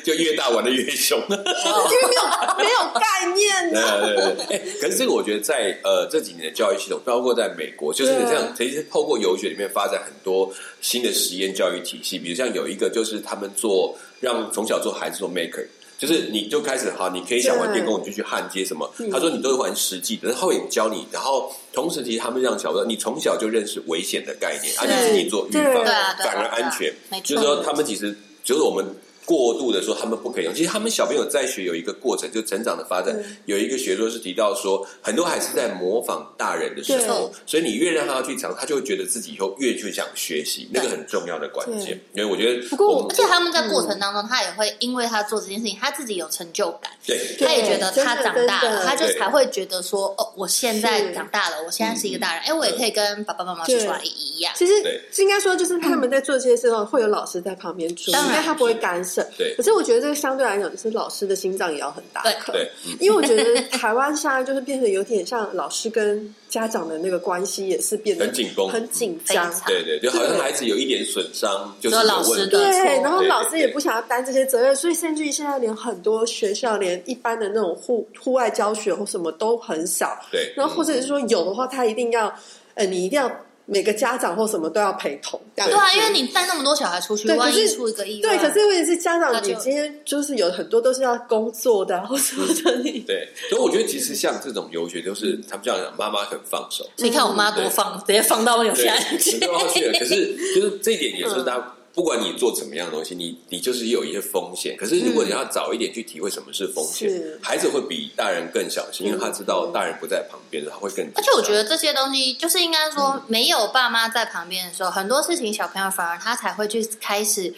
S1: 就越大玩的越凶。
S2: 因为没有没有概 念
S1: 对
S2: 呢、
S3: 啊
S1: 对对对，哎、 可是这个我觉得在呃这几年的教育系统，包括在美国，就是
S2: 对啊
S1: 这样，其实透过游学里面发展很多新的实验教育体系，比如像有一个就是他们做让从小做孩子做 maker。就是你就开始好，你可以想玩电工，你就去焊接什么。他说你都玩实际的，然后也教你。然后同时，其实他们让小朋友，你从小就认识危险的概念，而且自己做预防，
S2: 对
S3: 对啊对啊
S1: 反而
S3: 对啊
S1: 安全。
S3: 没错
S1: 就是说，他们其实就是我们过度的说他们不可以用，其实他们小朋友在学有一个过程，就成长的发展、有一个学说是提到说，很多孩子在模仿大人的时候，所以你越让他去尝，他就会觉得自己以后越去想学习，那个很重要的关键。因为我觉得，
S2: 不过我
S1: 们
S3: 而且他
S1: 嗯
S3: 们在过程当中，他也会因为他做这件事情，他自己有成就感，
S1: 对
S2: 对
S3: 他也觉得他长大
S2: 真的真
S3: 了，
S2: 的
S3: 他就
S1: 对
S3: 才会觉得说，哦，我现在
S2: 是
S3: 长大了，我现在是一个大
S1: 嗯
S3: 人，哎，我也可以跟爸爸妈妈、叔叔阿姨一样。
S2: 其实
S1: 对
S2: 应该说，就是他们在做这些事后，会有老师在旁边注意，
S3: 当然
S2: 但他不会干涉。
S1: 对
S2: 可是我觉得这个相对来讲，就是老师的心脏也要很大
S3: 对
S2: 颗。
S1: 对，嗯
S2: 因为我觉得台湾现在就是变得有点像老师跟家长的那个关系也是变得
S1: 很紧绷
S2: 很紧张
S3: 非。常
S1: 对对，就好像孩子有一点损伤，就是
S3: 说
S1: 有
S3: 老
S1: 问
S3: 师
S1: 题
S3: 的。没
S2: 对，
S3: 错
S2: 然后
S1: 对对
S2: 老师也
S1: 对
S2: 不想要担这些责任，所以甚至于现在连很多学校连一般的那种户户外教学或什么都很少。
S1: 对
S2: 然后或者是说有的话，他一定要，呃，你一定要每个家长或什么都要陪同。这样
S3: 对啊，
S1: 对
S3: 因为你带那么多小孩出去，
S2: 对
S3: 万
S2: 可
S3: 一
S2: 是
S3: 出一个意外，
S2: 对，可是问题是家
S3: 那
S2: 长，
S3: 就
S2: 你今天就是有很多都是要工作的啊，或什么 的，你
S1: 对，所以我觉得其实像这种游学，就是他们这样讲，妈妈很放手，
S3: 你看我妈多放，直接放到 有
S1: 嗯对，
S3: 些
S1: 很多要去了。可是 就是这一点也
S3: 嗯
S1: 是大家。不管你做怎么样的东西，你你就是有一些风险。可是如果你要早一点去体会什么是风
S3: 嗯
S1: 险，
S2: 是
S1: 孩子会比大人更小心，因为他知道大人不在旁边，他会更紧
S3: 而
S1: 张。
S3: 且我觉得这些东西就是应该
S1: 嗯
S3: 说，没有爸妈在旁边的时候，很多事情小朋友反而他才会去开始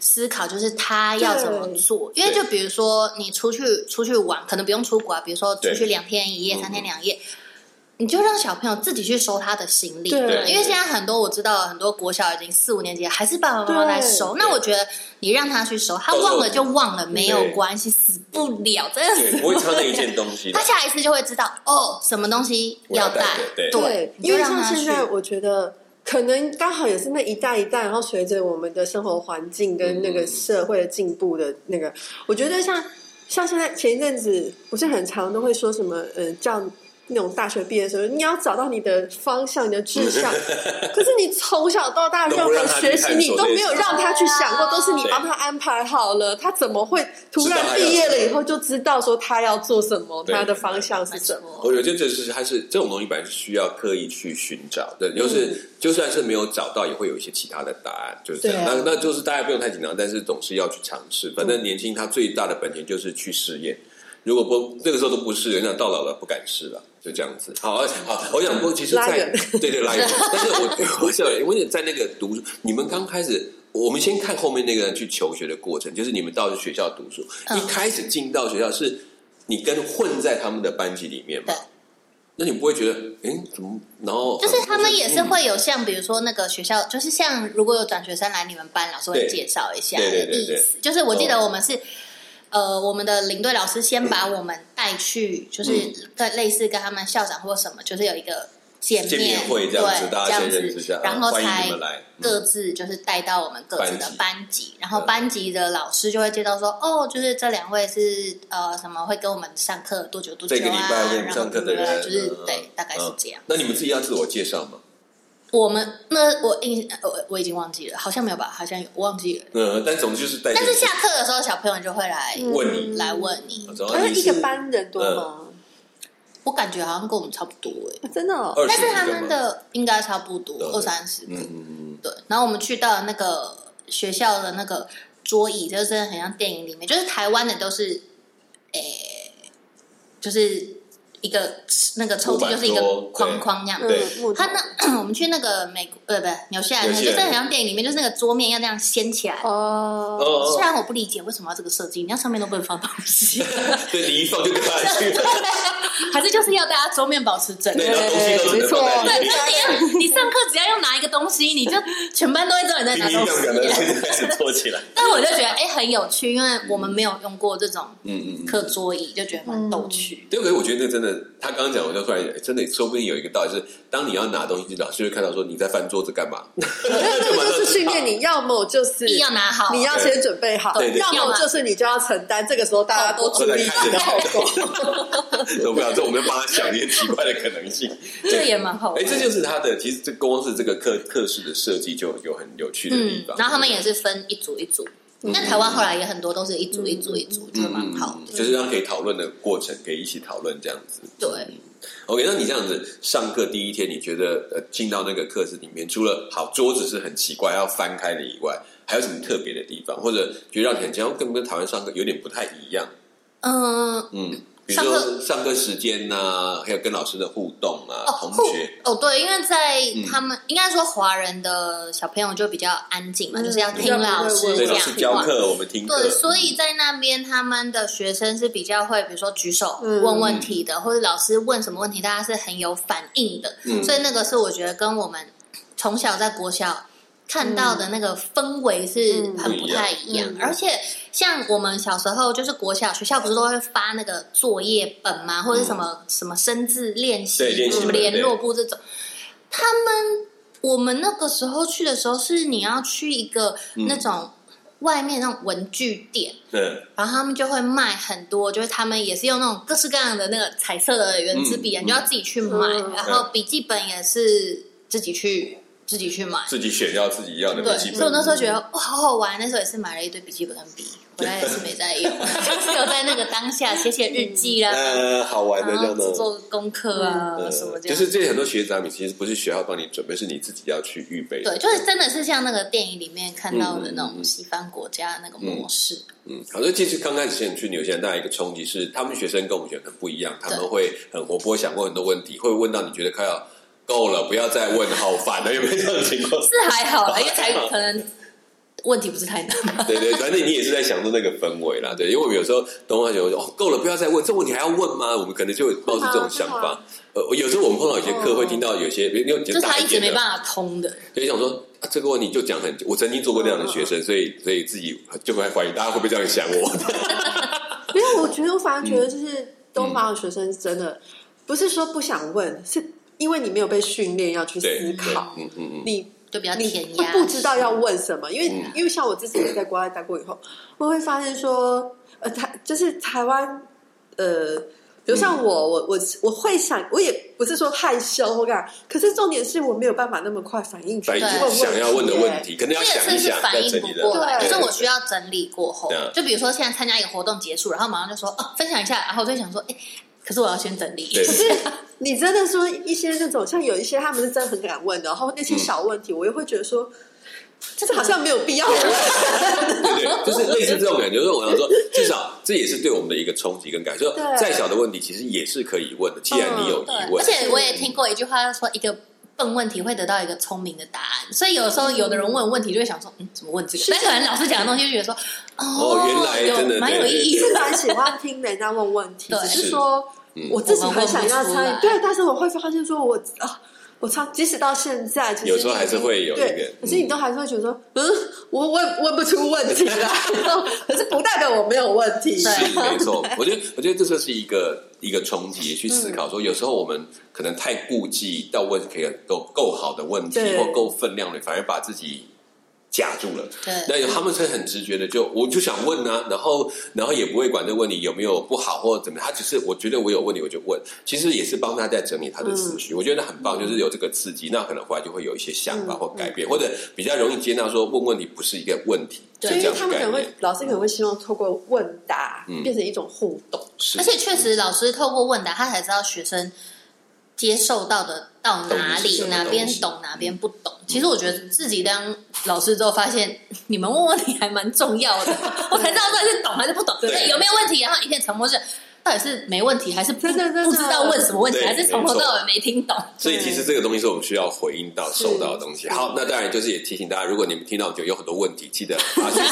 S3: 思考，就是他要怎么做。因为就比如说你出去出去玩，可能不用出国啊，比如说出去
S1: 对
S3: 两天一夜、
S1: 嗯
S3: 三天两夜。你就让小朋友自己去收他的行李，
S2: 对
S3: 因为现在很多我知道很多国小已经四五年级了，还是爸爸妈妈在收。那我觉得你让他去收，他忘了就忘了，没有
S1: 对
S3: 关系，死不了，真的死
S1: 对，不
S3: 不
S1: 会
S3: 了。
S1: 差那一件东西的
S3: 他。下一次就会知道哦，什么东西
S1: 我要带
S3: 带
S1: 的。对
S3: 你
S2: 因
S3: 就
S2: 为
S3: 让
S2: 像
S3: 他
S2: 现在，
S3: 去
S2: 我觉得可能刚好也是那一代一代，然后随着我们的生活环境跟
S1: 嗯
S2: 那个社会的进步的那个，我觉得像像现在前一阵子不是很常都会说什么，嗯，叫。那种大学毕业的时候，你要找到你的方向、你的志 向。可是你从小到大任
S1: 都不让
S2: 何
S1: 他去
S2: 学习，
S1: 探索
S2: 你都
S1: 这
S2: 没有
S1: 些
S2: 让他去想过，都是你
S1: 对
S2: 帮他安排好了。他怎么会突
S1: 知道
S2: 然
S1: 他要
S2: 毕业了
S1: 什么
S2: 以后就知道说他要做什么，
S1: 对
S2: 他的
S1: 对
S2: 方向是
S3: 没
S2: 什么？
S1: 我
S3: 错
S1: 觉得这就是它是这种东西，本来是需要刻意去寻找的，
S2: 嗯
S1: 就是就算是没有找到，也会有一些其他的答案，就是这样。
S2: 对啊嗯
S1: 那那就是大家不用太紧张，但是总是要去尝试。反正年轻，他最大的本钱就是去试验。如果不这个时候都不试，人家到老了不敢试了，就这样子。好，好，我想说，其实
S2: 拉
S1: 在，
S2: 远
S1: 对对拉 远，但是我我想，我也在那个读书，你们刚开始。我们先看后面那个人去求学的过程，就是你们到学校读书，
S3: 嗯
S1: 一开始进到学校是你跟混在他们的班级里面嘛
S3: 对，
S1: 那你不会觉得，哎，怎么？然后
S3: 就是他们也是
S1: 嗯
S3: 会有像，比如说那个学校，就是像如果有转学生来你们班，老师会
S1: 对
S3: 介绍一下
S1: 对对
S3: 的
S1: 对哦
S3: 意
S1: 对
S3: 思。就是我记得我们是，呃，我们的领队老
S1: 嗯
S3: 师先把我们带去，就是跟类似跟他们校长或什么，就是有一个见
S1: 见面
S3: 面
S1: 会这样子
S3: 对
S1: 大家先
S3: 这样子
S1: 认识一下
S3: 然后
S1: 欢迎
S3: 才
S1: 你们来嗯
S3: 各自就是带到我们各自的班级，然后
S1: 嗯
S3: 班级的老师就会介绍说，哦，就是这两位是呃什么会跟我们上课多久多久啊，
S1: 这个礼拜为我们
S3: 然后
S1: 上课的人，
S3: 就是
S1: 嗯
S3: 对，大概是
S1: 嗯
S3: 这样。
S1: 那你们自己要自我介绍吗？
S3: 我们那我印我我已经忘记了，好像没有吧，好像有忘记了。
S1: 嗯，但总之就是带。
S3: 但是下课的时候，小朋友就会来
S1: 问你
S2: 嗯
S3: 来问你，
S1: 总
S2: 他
S1: 要
S2: 们
S1: 你
S2: 一
S1: 是
S2: 个班人多吗？
S3: 我感觉好像跟我们差不多哎，
S2: 真的哦，
S1: 二十
S3: 但
S1: 几个
S3: 是
S1: 吗
S3: 他们的应该差不多
S1: 对
S3: 二三十个
S1: 嗯，嗯嗯
S3: 对。然后我们去到那个学校的那个桌椅，就是真的很像电影里面，就是台湾的都是，诶，就是一个那个抽
S1: 木
S3: 屉
S1: 板
S3: 就是一个
S1: 桌对
S3: 框框那样
S1: 对
S2: 嗯，木头
S3: 他那 我们去那个美国，呃，不是纽西兰的时候，
S1: 纽西
S3: 就
S1: 兰
S3: 是很像电影里面，就是那个桌面要那样掀起来。
S1: 嗯，哦
S2: 哦，
S3: 虽
S1: 哦，
S3: 然我不理解为什么要这个设计，你要上面都不能放东 西，
S1: 对你一放就跟他去，
S3: 还是就是要大家桌面保持整
S1: 对，
S3: 洁。
S1: 然后东西都只能放在
S3: 对，
S1: 里面，
S3: 就是你你上课只要用拿一个东西，你就全班都会知道你在
S1: 叮
S3: 拿
S1: 叮
S3: 东
S1: 当当的
S3: 西。
S1: 就开始做起来。
S3: 但我就觉得哎、很有趣，因为我们没有用过这种
S1: 嗯嗯嗯。
S3: 课桌椅，就觉得蛮逗趣。
S1: 对，可是我觉得那真的，他刚刚讲，我就突然真的，说不定有一个道理是，当你要拿东西，老师会看到说你在翻桌子干嘛？
S2: 那这个就是训练你，要么就是
S3: 一定要拿好，
S2: 嗯你要先准备好，
S1: 对对对
S2: 要么就是你就要承担。这个时候大家都注意你的后果。
S1: 都不要，这我们就帮他想一些奇怪的可能性。
S3: 这也蛮好玩
S1: 哎，。这就是他的，其实这光是这个课课室的设计就有很有趣的地
S3: 嗯
S1: 方。，
S3: 然后他们也是分一组一组，
S2: 嗯
S3: 但台湾后来也很多都是一组一组一组，觉得蛮嗯好的。
S1: 就是让可以讨论的过程，可以一起讨论这样子。
S3: 对，
S1: OK，那你这样子上课第一天，你觉得呃进到那个课室里面，除了好桌子是很奇怪要翻开的以外，还有什么特别的地方，或者觉得让你很惊讶，跟不跟台湾上课有点不太一样？
S3: 嗯，
S1: 嗯，比如
S3: 上
S1: 说上课时间呐、还有跟老师的互动啊，
S3: 哦，
S1: 同
S3: 互
S1: 学，嗯
S3: 哦，对，因为在他们、应该说华人的小朋友就比较安静嘛，
S2: 嗯
S3: 就是要听老师
S1: 对
S2: 比较
S1: 老
S3: 讲
S1: 师教
S3: 话。
S1: 课，我们听课，
S3: 对，所以在那边他们的学生是比较会，比如说举手
S2: 嗯
S3: 问问题的，或者老师问什么问题，大家是很有反应的。
S1: 嗯
S3: 所以那个是我觉得跟我们从小在国小看到的那个氛围是很不太一样。
S2: 嗯
S3: 而且像我们小时候，就是国小学校不是都会发那个作业本吗？或者什么、什么生字练习
S1: 对练习
S3: 什么
S1: 本
S3: 联
S1: 对
S3: 络部这种，他们。我们那个时候去的时候，是你要去一个那种外面那种文具店，
S1: 嗯
S3: 然后他们就会卖很多，就是他们也是用那种各式各样的那个彩色的圆珠笔啊，
S1: 嗯
S3: 你就要自己去买，
S2: 嗯
S3: 然后笔记本也是自己去自己去买。
S1: 自己选要自己要的
S3: 对，
S1: 笔记
S3: 所以我
S1: 本，
S3: 那时候觉得哇，好好玩。那时候也是买了一堆笔记本跟笔，回来也是没在用， 就是有在那个当下写写日记啦，
S1: 呃，好玩的
S3: 然
S1: 这
S3: 后
S1: 样
S3: 做
S1: 的。
S3: 做功课啊、
S1: 呃
S3: 什么这
S1: 就
S3: 样。
S1: 是这些很多学长，你其实不是学校帮你准备，是你自己要去预备的。
S3: 对，就是真的是像那个电影里面看到的
S1: 嗯
S3: 那
S1: 嗯嗯
S3: 种西方国家的那个模式。
S1: 嗯，好，那其实刚开始先去纽西兰，大家一个冲击是，他们学生跟我们学生很不一样，他们会很活泼，想问很多问题，会问到你觉得快要够了，不要再问，好烦了，有没有这种情 况？
S3: 是还好啦，因为才可能问题不是太难吧。
S1: 对对，反正你也是在享受那个氛围啦，对，因为我们有时候东方学会说哦，够了，不要再问，这问题还要问吗？我们可能就会抱着这种想
S2: 会
S1: 法
S2: 啊。
S1: 呃，有时候我们碰到有些课会听到有些，因为
S3: 哦就是他一直没
S1: 法，
S3: 办法通的，
S1: 就想说。啊这个问题就讲很，我曾经做过这样的学
S3: 嗯
S1: 生，所以所以自己就会怀疑大家会不会这样想我。
S2: 没有，我觉得我反而觉得就是东方的学生真的不是说不想问，是因为你没有被训练要去
S1: 对
S2: 思考，
S1: 嗯嗯嗯，
S2: 你
S3: 就比较
S2: 你
S3: 填
S2: 不
S3: 鸭。
S2: 不知道要问什么，因为、
S1: 嗯
S2: 因为像我自己也在国外待过以后，我会发现说，呃，台就是台湾，呃，比如像我，我我我会想，我也不是说害羞或干嘛，可是重点是我没有办法那么快反应出
S1: 反
S2: 来
S1: 正
S3: 对
S1: 就是想要问的问题，可能要
S3: 这
S1: 想
S3: 个
S1: 一
S3: 是是
S1: 想，
S3: 反
S1: 再
S3: 应
S1: 整
S3: 不
S1: 理的。
S3: 过来，
S2: 对
S3: 就是我需要整理过后
S1: 对。啊
S3: 就比如说现在参加一个活动结束，然后马上就说哦分享一下，然后我就会想说，哎，可是我要先整理。
S1: 对
S2: 可是你真的说一些那种，像有一些他们是真的很敢问的，然后那些小问题，我又会觉得说，这个好像没有必要问。
S1: 对对，就是类似这种感觉。所以我想 说，至少这也是对我们的一个冲击跟感受。
S2: 对
S1: 再小的问题，其实也是可以问的。既然你有
S3: 嗯对
S1: 疑，问，
S3: 而且我也听过一句话说，一个笨问题会得到一个聪明的答案。所以有时候有的人问问题就会想说，嗯，怎么问这个？但可能老师讲的东西就觉得说，
S1: 哦原来
S3: 有
S1: 真的
S3: 蛮有
S1: 对对
S3: 意义
S1: 对
S3: 的
S2: 是。蛮喜欢听人家问问题，
S3: 对
S2: 只是
S1: 是
S2: 说
S1: 嗯
S2: 我自己很想要
S3: 我们
S2: 参
S3: 问
S2: 与，
S3: 不出
S2: 对，但是我会发现说我啊，我操！即使到现在，其实
S1: 有时候还是会有一个
S2: 对
S1: 嗯
S2: 可是你都还是会觉得说，嗯，我问问不出问题来， 可是不代表我没有问题。
S3: 对
S1: 是没 错，我觉得我觉得这就是一个一个冲击，去思
S3: 嗯
S1: 考说，有时候我们可能太顾忌到问可以够够好的问题
S2: 对
S1: 或够分量的，反而把自己。夹住了，
S3: 对
S1: 那他们是很直觉的，就我就想问啊，然后然后也不会管这个问题有没有不好或怎么样，他只是我觉得我有问题我就问，其实也是帮他在整理他的思绪，我觉得很棒，就是有这个刺激，那可能回来就会有一些想法或改变，或者比较容易接纳说问问题不是一个问题，
S3: 对
S2: 所以
S1: 这样
S2: 他
S1: 的
S2: 们可
S1: 概
S2: 能会
S1: 念，
S2: 老师可能会希望透过问答
S1: 嗯
S2: 变成一种互动。
S1: 是
S3: 而且确实，老师透过问答，他才知道学生接受到的到哪
S1: 懂是
S3: 里
S1: 什，么
S3: 哪边
S1: 东西
S3: 懂，哪边不
S2: 嗯
S3: 懂。其实我觉得自己当老师之后，发现你们问问题还蛮重要 的，我才知道到底是懂还是不懂，
S2: 对
S3: 对有没有问题。然后一片沉默是。到底是没问题，还是不
S2: 真的真的
S3: 不知道问什么问题，
S1: 对
S3: 还是从头到尾没听懂？
S1: 所以其实这个东西是我们需要回应到
S2: 是
S1: 受到的东西。好，那当然就是也提醒大家，如果你们听到就有很多问题，记得发现为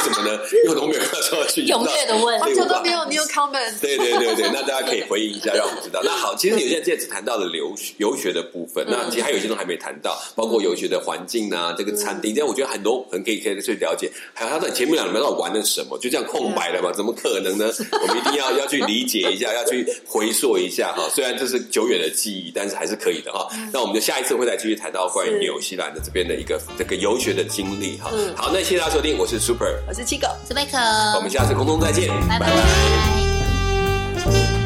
S1: 什么呢？因为我们没有说去
S3: 踊跃的问
S1: 对
S2: 完全哦都没有 new comment。
S1: 对对对对，那大家可以回应一下，让我们知道。那好，其实有些这次谈到了留学游学的部分，那其实还有一些都还没谈到，包括游学的环境啊，这个餐厅，这样我觉得很多很可以可以去了解。还有他在前面两轮到底玩了什么，就这样空白了嘛？ 怎么可能呢？我们一定要要去理解一下，要去回溯一下哈。虽然这是久远的记忆，但是还是可以的哈。那我们就下一次会再继续谈到关于
S2: 是
S1: 纽西兰的这边的一个这个游学的经历哈
S2: 嗯。
S1: 好，那谢谢大家收听，我是 Super，
S3: 嗯
S2: 我是七狗。
S3: 斯贝克，
S1: 我们下次空中再见，
S3: 拜拜